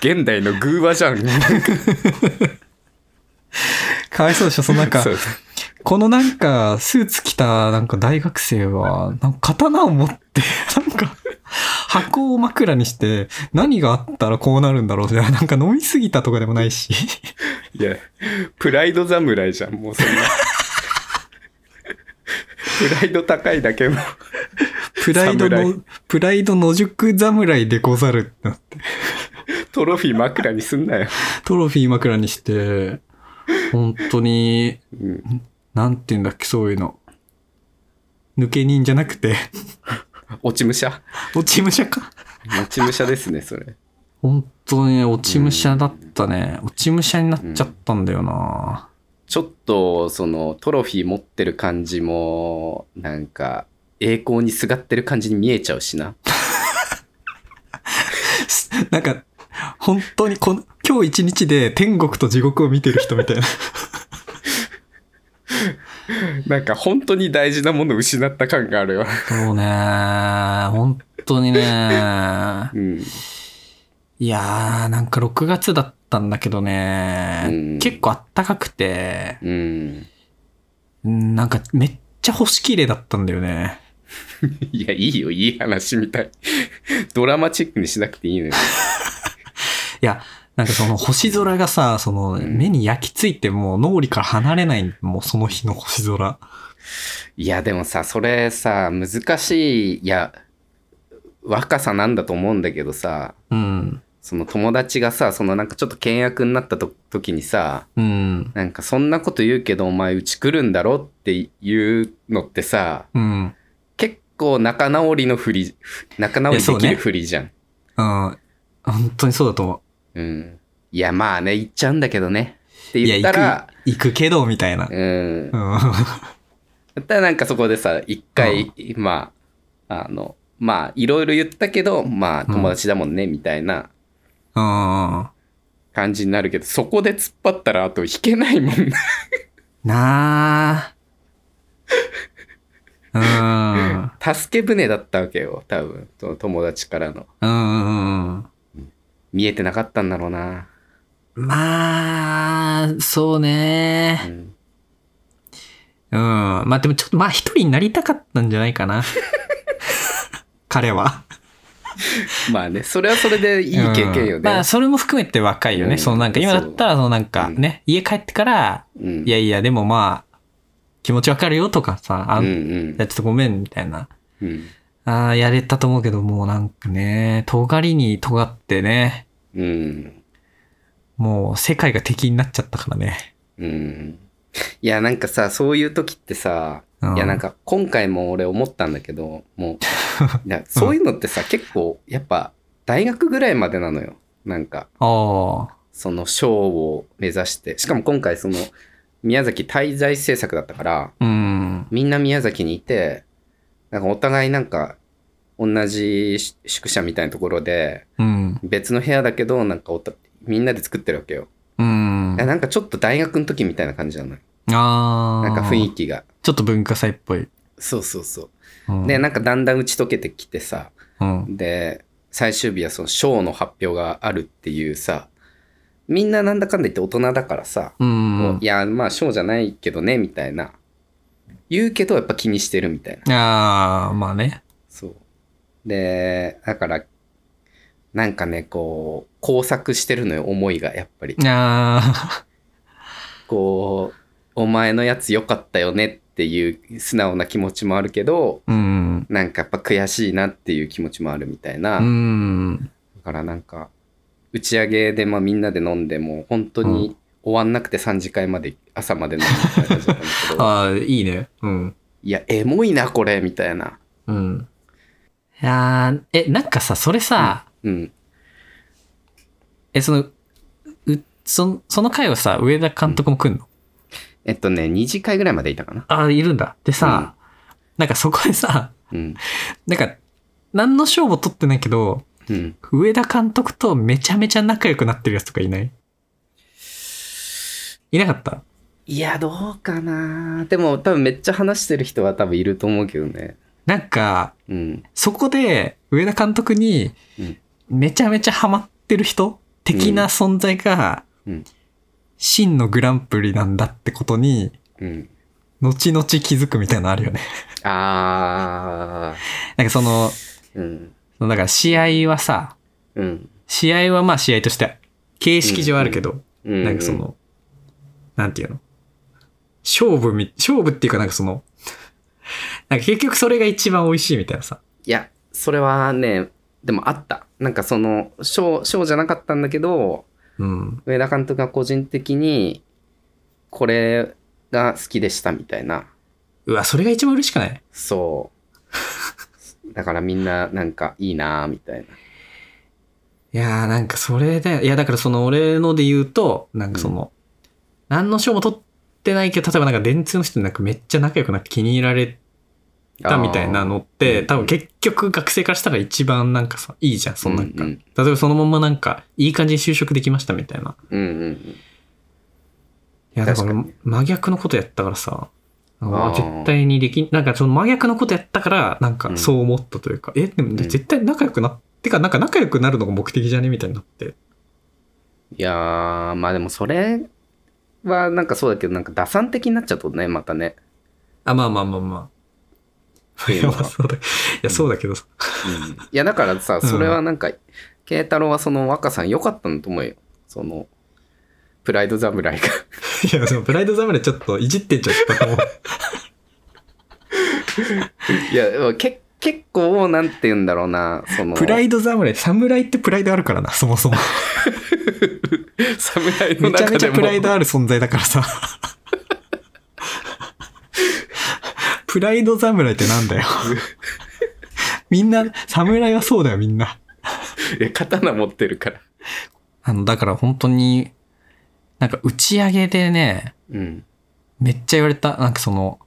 Speaker 3: 現代の偶話じゃん。
Speaker 2: かわいそうでしょそのなんか
Speaker 3: そ、う
Speaker 2: このなんか、スーツ着たなんか大学生は、なんか刀を持って、なんか、箱を枕にして、何があったらこうなるんだろうじゃなんか飲みすぎたとかでもないし。
Speaker 3: いや、プライド侍じゃん、もうそんな。プライド高いだけの。
Speaker 2: プライドの
Speaker 3: 侍、
Speaker 2: プライドの塾侍でござるってなって、
Speaker 3: トロフィー枕にすんなよ。
Speaker 2: トロフィー枕にして、本当に、
Speaker 3: うん。
Speaker 2: なんて言うんだっけ、そういうの。抜け人じゃなくて、 [LAUGHS]
Speaker 3: 落ち武者
Speaker 2: 落ち武者か。
Speaker 3: 落ち武者ですね、それ。
Speaker 2: 本当に落ち武者だったね。落ち武者になっちゃったんだよな。 [LAUGHS]
Speaker 3: ちょっと、その、トロフィー持ってる感じも、なんか、栄光にすがってる感じに見えちゃうしな。
Speaker 2: なんか、本当にこの、今日一日で天国と地獄を見てる人みたいな。
Speaker 3: なんか、本当に大事なものを失った感があるよ。
Speaker 2: そうね。本当にね。
Speaker 3: うん。
Speaker 2: いやー、なんか6月だったんだけどね。
Speaker 3: うん
Speaker 2: 結構あったかくて、
Speaker 3: うん。
Speaker 2: うんなんかめっちゃ星綺麗だったんだよね。
Speaker 3: いや、いいよ、いい話みたい。ドラマチックにしなくていいのよ。
Speaker 2: いや、なんかその星空がさ、その
Speaker 3: ん
Speaker 2: 目に焼き付いてもう脳裏から離れない、もうその日の星空。
Speaker 3: いや、でもさ、それさ、難しい、いや、若さなんだと思うんだけどさ、
Speaker 2: うん。
Speaker 3: その友達がさ、そのなんかちょっと倹約になったと時にさ、
Speaker 2: うん。
Speaker 3: なんかそんなこと言うけどお前うち来るんだろっていうのってさ、
Speaker 2: うん。
Speaker 3: 結構仲直りのふり、仲直りで
Speaker 2: いや
Speaker 3: き
Speaker 2: そうね
Speaker 3: るふりじゃん。う
Speaker 2: うん。本当にそうだと思う。
Speaker 3: ん。いや、まあね、行っちゃうんだけどね。って
Speaker 2: い
Speaker 3: 言った
Speaker 2: や
Speaker 3: ら、、
Speaker 2: 行く、行くけど、みたいな。
Speaker 3: うん
Speaker 2: う。ん。
Speaker 3: だったらなんかそこでさ、一回、まあ、あの、まあ、いろいろ言ったけど、まあ、
Speaker 2: うん
Speaker 3: 友達だもんね、みたいな
Speaker 2: うん。
Speaker 3: 感じになるけど、そこで突っ張ったら、あと引けないも
Speaker 2: [LAUGHS]
Speaker 3: んね。
Speaker 2: なあ。
Speaker 3: 助け舟だったわけよ、多分。その友達からの。
Speaker 2: うん。うんうんうん。
Speaker 3: 見えてなかったんだろうな。
Speaker 2: まあ、そう
Speaker 3: う
Speaker 2: ね。
Speaker 3: ん。
Speaker 2: うん。まあでもちょっと、まあ一人になりたかったんじゃないか
Speaker 3: [LAUGHS]
Speaker 2: な。彼は。
Speaker 3: まあね、それはそれでいい経験よ
Speaker 2: うん
Speaker 3: ね。
Speaker 2: まあそれも含めて若いよね。
Speaker 3: うん
Speaker 2: そのなんか、今だったら、そのなんかね、家帰ってから、
Speaker 3: うん。
Speaker 2: いやいや、でもまあ、気持ちわかるよとかさ、あ、
Speaker 3: うん
Speaker 2: い
Speaker 3: ん
Speaker 2: うやちょっとごめん、みたいな。
Speaker 3: ん。うん。
Speaker 2: ああ、やれたと思うけど、もうなんかね、尖りに尖ってね、
Speaker 3: うん。
Speaker 2: もう世界が敵になっちゃったからね。
Speaker 3: うん。いや、なんかさ、そういう時ってさ、
Speaker 2: うん
Speaker 3: いやなんか今回も俺思ったんだけどもういやそういうのって
Speaker 2: [LAUGHS]
Speaker 3: さ結構やっぱ大学ぐらいまでなのよなんか
Speaker 2: ああ、
Speaker 3: その賞を目指してしかも今回その宮崎滞在政策だったから
Speaker 2: うん、
Speaker 3: みんな宮崎にいてなんかお互いなんか同じし宿舎みたいなところで
Speaker 2: うん、
Speaker 3: 別の部屋だけどなんかおたみんなで作ってるわけよ、
Speaker 2: うん
Speaker 3: いや。なんかちょっと大学の時みたいな感じなのよ
Speaker 2: ああ、
Speaker 3: なんか雰囲気が
Speaker 2: ちょっと文化祭っぽい。、
Speaker 3: そうそうそううんでなんかだんだん打ち解けてきてさ
Speaker 2: うん、
Speaker 3: で最終日はその賞の発表があるっていうさみんななんだかんだ言って大人だからさ、
Speaker 2: う
Speaker 3: こうんい。やまあ賞じゃないけどねみたいな言うけどやっぱ気にしてるみたいな
Speaker 2: ああ、まあね。
Speaker 3: そうでだからなんかねこう工作してるのよ思いがやっぱり
Speaker 2: あ
Speaker 3: こうお前のやつ良かったよねっていう素直な気持ちもあるけど
Speaker 2: あ、うん、
Speaker 3: なんかやっぱ悔しいなっていう気持ちもあるみたいな、
Speaker 2: うん、
Speaker 3: だからなんか打ち上げでまあみんなで飲んでもう本当に終わんなくて3次会まで朝まで飲むみたいな感じだったんだ
Speaker 2: [LAUGHS]
Speaker 3: けど
Speaker 2: ああ、いいね。うん、
Speaker 3: いやエモいなこれみたいな
Speaker 2: うん。いやーえ、なんかさ、それさ、
Speaker 3: うん
Speaker 2: え、その、う、その、その回はさ、上田監督も来んの
Speaker 3: えっとね、2次会ぐらいまでいたかな。
Speaker 2: あ、いるんだ。でさ、なんかそこでさ、
Speaker 3: うん。
Speaker 2: なんか、何の賞も取ってないけど、
Speaker 3: うん。
Speaker 2: 上田監督とめちゃめちゃ仲良くなってるやつとかいないいなかった
Speaker 3: いや、どうかなでも、多分めっちゃ話してる人は多分いると思うけどね。
Speaker 2: なんか、
Speaker 3: うん。
Speaker 2: そこで上田監督に
Speaker 3: うん、
Speaker 2: めちゃめちゃハマってる人的な存在が
Speaker 3: うん、
Speaker 2: 真のグランプリなんだってことに、
Speaker 3: うん。
Speaker 2: 後々気づくみたいなのあるよね。 [LAUGHS]
Speaker 3: あ
Speaker 2: なんかその、
Speaker 3: ー。うん。
Speaker 2: そのだから試合はさ、
Speaker 3: うん。
Speaker 2: 試合はまあ試合として、形式上あるけど、
Speaker 3: うん。
Speaker 2: なんかその、なんていうの勝負み、勝負っていうかなんかその、 [LAUGHS] なんか結局それが一番美味しいみたいなさ。
Speaker 3: いや、それはね、でもあった。なんかその、ショー、ショーじゃなかったんだけど、
Speaker 2: うん。
Speaker 3: 上田監督が個人的に、これが好きでしたみたいな。
Speaker 2: うわ、それが一番嬉しくない [LAUGHS]
Speaker 3: そう。だからみんな、なんかいいなーみたいな。
Speaker 2: いやーなんかそれで、いやだからその俺ので言うと、なんかその、何の賞も取ってないけど、例えばなんか電通の人になんかめっちゃ仲良くなって気に入られたみたいなのっ
Speaker 3: あ
Speaker 2: て、
Speaker 3: ー
Speaker 2: 多分結局学生からしたら一番なんかさ、いいじゃん、そのなんか。
Speaker 3: うんうん
Speaker 2: 例えばそのままなんか、いい感じに就職できましたみたいな。
Speaker 3: うんうん
Speaker 2: いや、だか
Speaker 3: 確
Speaker 2: ら
Speaker 3: かに
Speaker 2: 真逆のことやったからさ、なんか
Speaker 3: あー
Speaker 2: 絶対にできん、なんかその真逆のことやったから、なん
Speaker 3: う
Speaker 2: か
Speaker 3: ん
Speaker 2: そう思ったというか、え、でも
Speaker 3: ん
Speaker 2: 絶対仲良くなってか、なんか仲良くなるのが目的じゃねみたいになって。
Speaker 3: いやー、まあでもそれはなんかそうだけど、なんか打算的になっちゃうとね、またね。
Speaker 2: あ、まあまあまあまあ。
Speaker 3: て
Speaker 2: い
Speaker 3: いう
Speaker 2: や、
Speaker 3: の
Speaker 2: ま
Speaker 3: が
Speaker 2: あそうだ。いや、そうだけど [LAUGHS] さ。
Speaker 3: うんいやだからさ、
Speaker 2: うん
Speaker 3: それはなんか、慶太郎はその若さん良かったんだと思うよ。その、プライド
Speaker 2: [LAUGHS]
Speaker 3: 侍
Speaker 2: い
Speaker 3: が。
Speaker 2: や、そのプライド侍ちょっといじってんちゃったと思う。
Speaker 3: いや、け結構、なんて言うんだろうな、そ
Speaker 2: [LAUGHS]
Speaker 3: の、
Speaker 2: プライド侍、侍ってプライドあるからな、そも [LAUGHS] そも。
Speaker 3: 侍の
Speaker 2: めちゃ
Speaker 3: 中
Speaker 2: めち
Speaker 3: で
Speaker 2: ゃ
Speaker 3: も
Speaker 2: プライドある存在だから [LAUGHS] さ。プライド侍ってなんだよ。みんな、侍はそうだよ、みんな。
Speaker 3: いや刀持ってるから。
Speaker 2: あの、だから本当に、なんか打ち上げでね、
Speaker 3: うん。
Speaker 2: めっちゃ言われた。なんかその、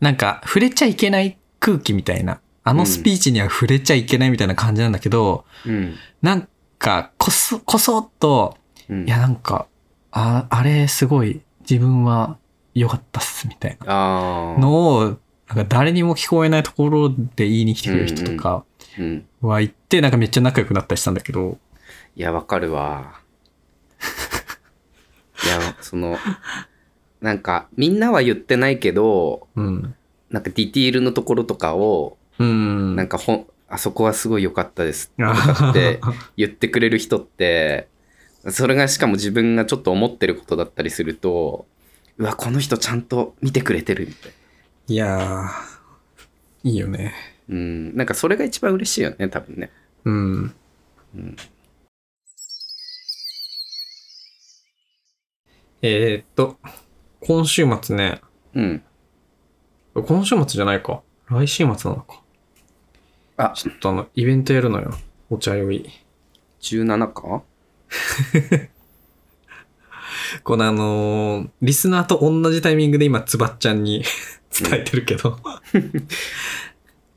Speaker 2: なんか触れちゃいけない空気みたいな。あのスピーチには触れちゃいけないみたいな感じなんだけど、
Speaker 3: うん。
Speaker 2: なんか、こそ、こそっと、
Speaker 3: うん
Speaker 2: いや、なんか、あ、あれすごい、自分は良かったっす、みたいな。
Speaker 3: あー、
Speaker 2: のを、なんか誰にも聞こえないところで言いに来てくれる人とか
Speaker 3: うん。
Speaker 2: は行って、なんかめっちゃ仲良くなったりしたんだけど、
Speaker 3: いや、わかる [LAUGHS] わ。いや、その、なんか、みんなは言ってないけど、
Speaker 2: うん。
Speaker 3: なんかディティールのところとかを、
Speaker 2: うん。
Speaker 3: なんかほん、あそこはすごい良かったですとか
Speaker 2: あ
Speaker 3: って言ってくれる人って、それがしかも自分がちょっと思ってることだったりすると、うわ、この人ちゃんと見てくれてるみたいな。
Speaker 2: [LAUGHS] いやー、いいよね。
Speaker 3: うん、なんかそれが一番嬉しいよね、多分ね。
Speaker 2: うん。
Speaker 3: うん
Speaker 2: えーっと、今週末ね、
Speaker 3: うん。
Speaker 2: 今週末じゃないか。来週末なのか。
Speaker 3: あ
Speaker 2: ちょっとあの、イベントやるのよ。お茶酔い。
Speaker 3: 17か
Speaker 2: このあのーリスナーと同じタイミングで今、つばっちゃんに伝えてるけど、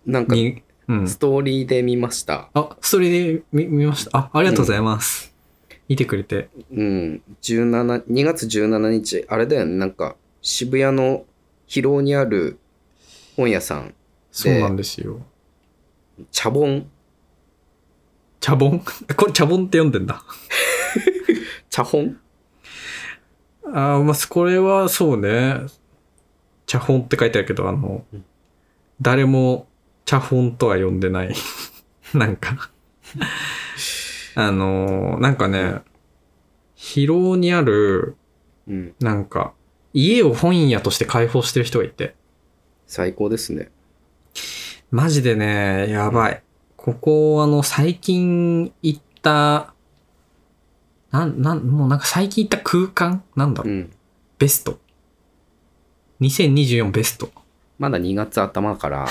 Speaker 3: なんか、
Speaker 2: に、うん。
Speaker 3: ストーリーで見ました。
Speaker 2: あ、それで見見ました。あ、ありがとうございます。見てくれて。
Speaker 3: うん。17、2月17日、あれだよね、なんか、渋谷の広尾にある本屋さん、
Speaker 2: そうなんですよ。
Speaker 3: 茶本、
Speaker 2: 茶本 [LAUGHS] これ茶本って読んでんだ。
Speaker 3: 茶本
Speaker 2: あーまあ、これはそうね。茶本って書いてあるけど、あの、誰も茶本とは呼んでない。 [LAUGHS] なんか。あのーなんかね、広尾にある、
Speaker 3: うん。
Speaker 2: なんか、家を本屋として開放してる人がいて、
Speaker 3: 最高ですね。
Speaker 2: マジでね、やばい。ここ、あの、最近行った、なん、なん、もうなんか最近行った空間なんだろう
Speaker 3: うん。
Speaker 2: ベスト。2024ベスト。
Speaker 3: まだ2月頭
Speaker 2: [LAUGHS]
Speaker 3: から。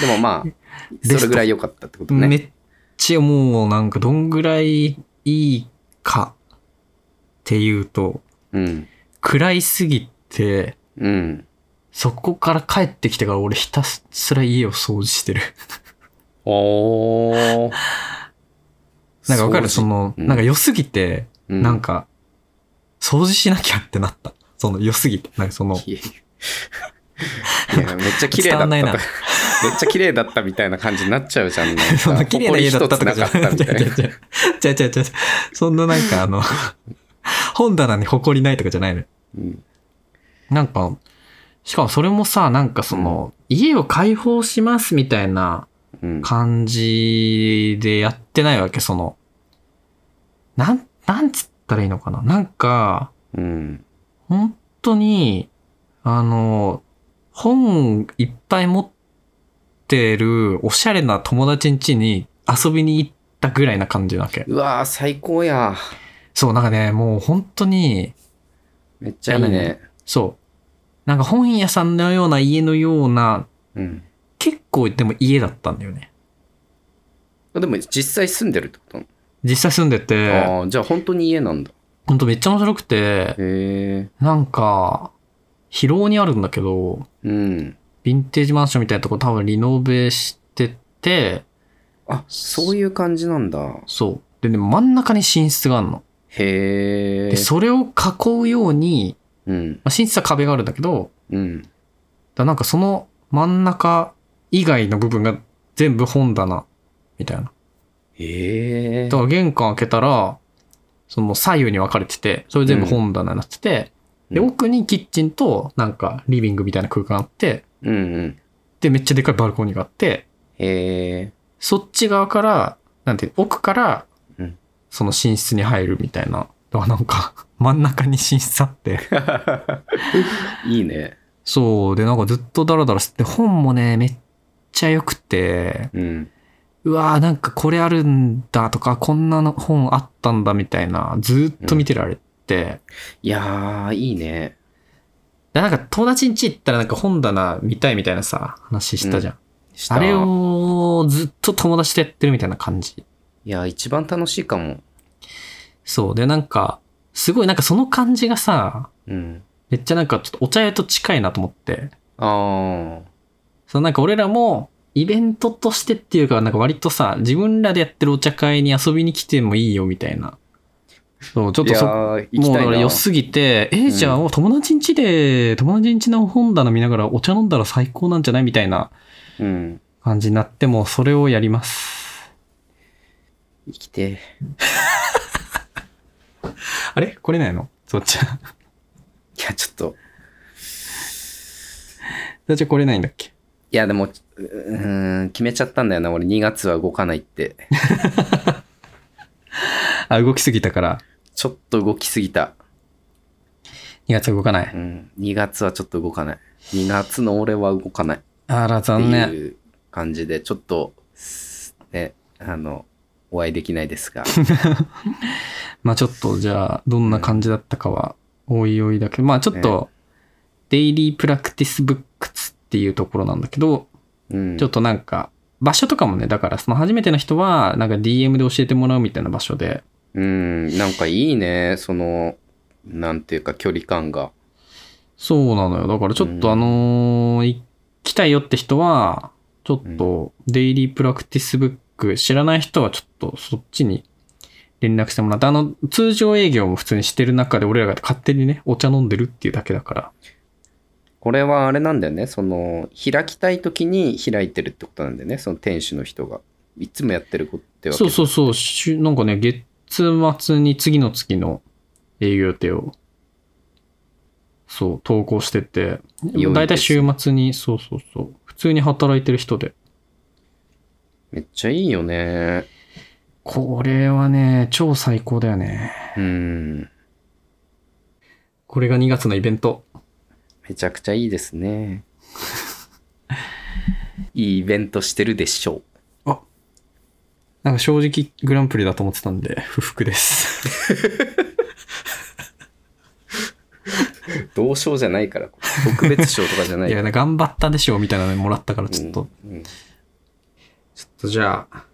Speaker 3: でもまあ、それぐらい良かったってこと
Speaker 2: め
Speaker 3: ね。
Speaker 2: っちゃもうなんかどんぐらいいいかっていうと、
Speaker 3: うん。
Speaker 2: 食らいすぎて、
Speaker 3: うん。
Speaker 2: そこから帰ってきてから俺ひたすら家を掃除して
Speaker 3: [LAUGHS]
Speaker 2: る。
Speaker 3: おー。
Speaker 2: なんかわかる
Speaker 3: 掃除
Speaker 2: その、
Speaker 3: うん
Speaker 2: なんか良すぎて、
Speaker 3: う
Speaker 2: なんか、掃除しなきゃってなった。その良すぎて。なんかその、
Speaker 3: いやいやめっちゃ綺麗だっ
Speaker 2: 伝
Speaker 3: たとか
Speaker 2: わんないな
Speaker 3: めっちゃ綺麗だったみたいな感じになっちゃうじゃん。な
Speaker 2: [LAUGHS]
Speaker 3: ん
Speaker 2: そん
Speaker 3: か
Speaker 2: な綺麗な家だったとかじゃ
Speaker 3: 埃
Speaker 2: ない。
Speaker 3: 一
Speaker 2: [LAUGHS]
Speaker 3: つなかったみたいな。
Speaker 2: じゃじゃじゃそんななんかあ
Speaker 3: [LAUGHS]
Speaker 2: の、本棚に埃ないとかじゃないのよ。
Speaker 3: うん
Speaker 2: なんか、しかもそれもさ、なんかその、家を開放しますみたいな
Speaker 3: うん
Speaker 2: 感じでやってないわけ、その、なん、なんつったらいいのかな。なんか、
Speaker 3: うん。
Speaker 2: 本当に、あの、本いっぱい持ってるおしゃれな友達ん家に遊びに行ったぐらいな感じなわけ。
Speaker 3: うわー、最高や。
Speaker 2: そう、なんかね、もう本当に、
Speaker 3: めっちゃいいね。
Speaker 2: そう、なんか本屋さんのような家のような、
Speaker 3: うん。
Speaker 2: 結構でも家だったんだよね。
Speaker 3: でも実際住んでるってこと
Speaker 2: 実際住んでて、
Speaker 3: ああ、じゃあ本当に家なんだ。
Speaker 2: ほんとめっちゃ面白くて、
Speaker 3: へえ。
Speaker 2: なんか、広尾にあるんだけど、
Speaker 3: うん。
Speaker 2: ヴィンテージマンションみたいなとこ多分リノベしてて、
Speaker 3: あ、そういう感じなんだ。
Speaker 2: そう。でね、真ん中に寝室があるの。
Speaker 3: へえ
Speaker 2: で、。それを囲うように、
Speaker 3: うん。
Speaker 2: まあ、寝室は壁があるんだけど、
Speaker 3: うん。
Speaker 2: だからなんかその真ん中以外の部分が全部本棚みたいな。
Speaker 3: へえ
Speaker 2: だ。から玄関開けたら、その左右に分かれてて、それ全部本棚になってて、
Speaker 3: うん
Speaker 2: で、
Speaker 3: うん
Speaker 2: 奥にキッチンとなんかリビングみたいな空間あって、
Speaker 3: うんうん。
Speaker 2: で、めっちゃでかいバルコニーがあって、
Speaker 3: へえ。
Speaker 2: そっち側から、なんていうの奥から
Speaker 3: うん、
Speaker 2: その寝室に入るみたいな。だからなんか、 [LAUGHS] 真ん中に寝室あって。
Speaker 3: いいね。
Speaker 2: そう。で、なんかずっとダラダラして、本もね、めっちゃ良くて、
Speaker 3: うん。
Speaker 2: うわーなんかこれあるんだとか、こんなの本あったんだみたいな、ずっと見てられて。
Speaker 3: いやー、いいね。
Speaker 2: でなんか友達ん家行ったらなんか本棚見たいみたいなさ、話したじゃん。
Speaker 3: した
Speaker 2: あれをずっと友達とやってるみたいな感じ。
Speaker 3: いやー、一番楽しいかも。
Speaker 2: そう。で、なんか、すごいなんかその感じがさ、
Speaker 3: うん。
Speaker 2: めっちゃなんかちょっとお茶屋と近いなと思って。
Speaker 3: ああ。
Speaker 2: そのなんか俺らもイベントとしてっていうか、なんか割とさ、自分らでやってるお茶会に遊びに来てもいいよみたいな。そう、ちょっ
Speaker 3: い
Speaker 2: と
Speaker 3: や
Speaker 2: そ、
Speaker 3: ー、行
Speaker 2: も
Speaker 3: き
Speaker 2: う
Speaker 3: た
Speaker 2: だ
Speaker 3: い
Speaker 2: から
Speaker 3: な。
Speaker 2: 良すぎて、えーじゃあもう友達ん家で、友達ん家の本棚見ながらお茶飲んだら最高なんじゃないみたいな
Speaker 3: うん。
Speaker 2: 感じになって、もうそれをやります。
Speaker 3: 生きて。
Speaker 2: あれ来れないのそっちは。 [LAUGHS]
Speaker 3: いや、ちょっと。
Speaker 2: そっちは来れないんだっけ
Speaker 3: いや、でも、うーん、決めちゃったんだよな。俺、2月は動かないって。
Speaker 2: あ、動きすぎたから、
Speaker 3: ちょっと動きすぎた。
Speaker 2: 2月動かな
Speaker 3: う
Speaker 2: い。
Speaker 3: ん。2月はちょっと動かない。2月の俺は動かない。
Speaker 2: あら、
Speaker 3: って
Speaker 2: 残念。
Speaker 3: いう感じで、ちょっと、ね、あの、お会いできないで
Speaker 2: [LAUGHS]
Speaker 3: すが。
Speaker 2: まあちょっとじゃあどんな感じだったかはおいおいだけど、まあちょっとデイリープラクティスブックスっていうところなんだけど、
Speaker 3: うん。
Speaker 2: ちょっとなんか場所とかもね、だからその初めての人はなんか DM で教えてもらうみたいな場所で、
Speaker 3: うん、なんかいいね。その、なんていうか、距離感が。
Speaker 2: そうなのよ。だからちょっ
Speaker 3: うん
Speaker 2: とあのー行きたいよって人は、ちょっとデイリープラクティスブック知らない人はちょっとそっちに連絡してもらって、あの通常営業も普通にしてる中で俺らが勝手にね、お茶飲んでるっていうだけだから。
Speaker 3: これはあれなんだよね。その、開きたい時に開いてるってことなんだよね。その店主の人が。いつもやってることってわけ
Speaker 2: そうそうそう週、なんかね、月末に次の月の営業予定を、そう、投稿してて、
Speaker 3: 良いですね
Speaker 2: だいたい週末に、そうそうそう、普通に働いてる人で。
Speaker 3: めっちゃいいよね。
Speaker 2: これはね、超最高だよね。
Speaker 3: うん。
Speaker 2: これが2月のイベント。
Speaker 3: めちゃくちゃいいです
Speaker 2: [LAUGHS]
Speaker 3: ね。いいイベントしてるでしょ
Speaker 2: なんか正直グランプリだと思ってたんで、 [LAUGHS] 不服です。
Speaker 3: う。同賞じゃないから、特別賞とかじゃな
Speaker 2: [LAUGHS]
Speaker 3: いい。
Speaker 2: や、頑張ったでしょ、みたいなのもらったから、ちょっと。
Speaker 3: うんうん
Speaker 4: ちょっとじゃあ、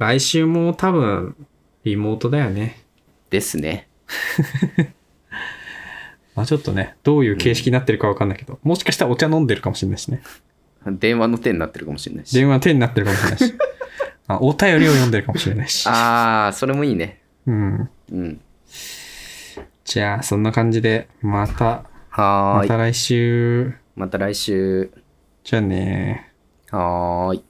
Speaker 4: 来週も多分、リモートだよね。
Speaker 3: ですね。
Speaker 2: まあちょっとね、どういう形式になってるかわかんないけど、もしかしたらお茶飲んでるかもしれないしね。
Speaker 3: 電話の手になってるかもしれないし。
Speaker 2: 電話手になってるかもしれないし。あお便りを読んでるかもしれないし。
Speaker 3: ああ、それもいいね。
Speaker 2: うん。
Speaker 3: うん。
Speaker 2: じゃあ、そんな感じで、また、
Speaker 3: は
Speaker 2: ま
Speaker 3: ーい。
Speaker 2: た来週。
Speaker 3: また来週。
Speaker 2: じゃあねー。
Speaker 3: はーい。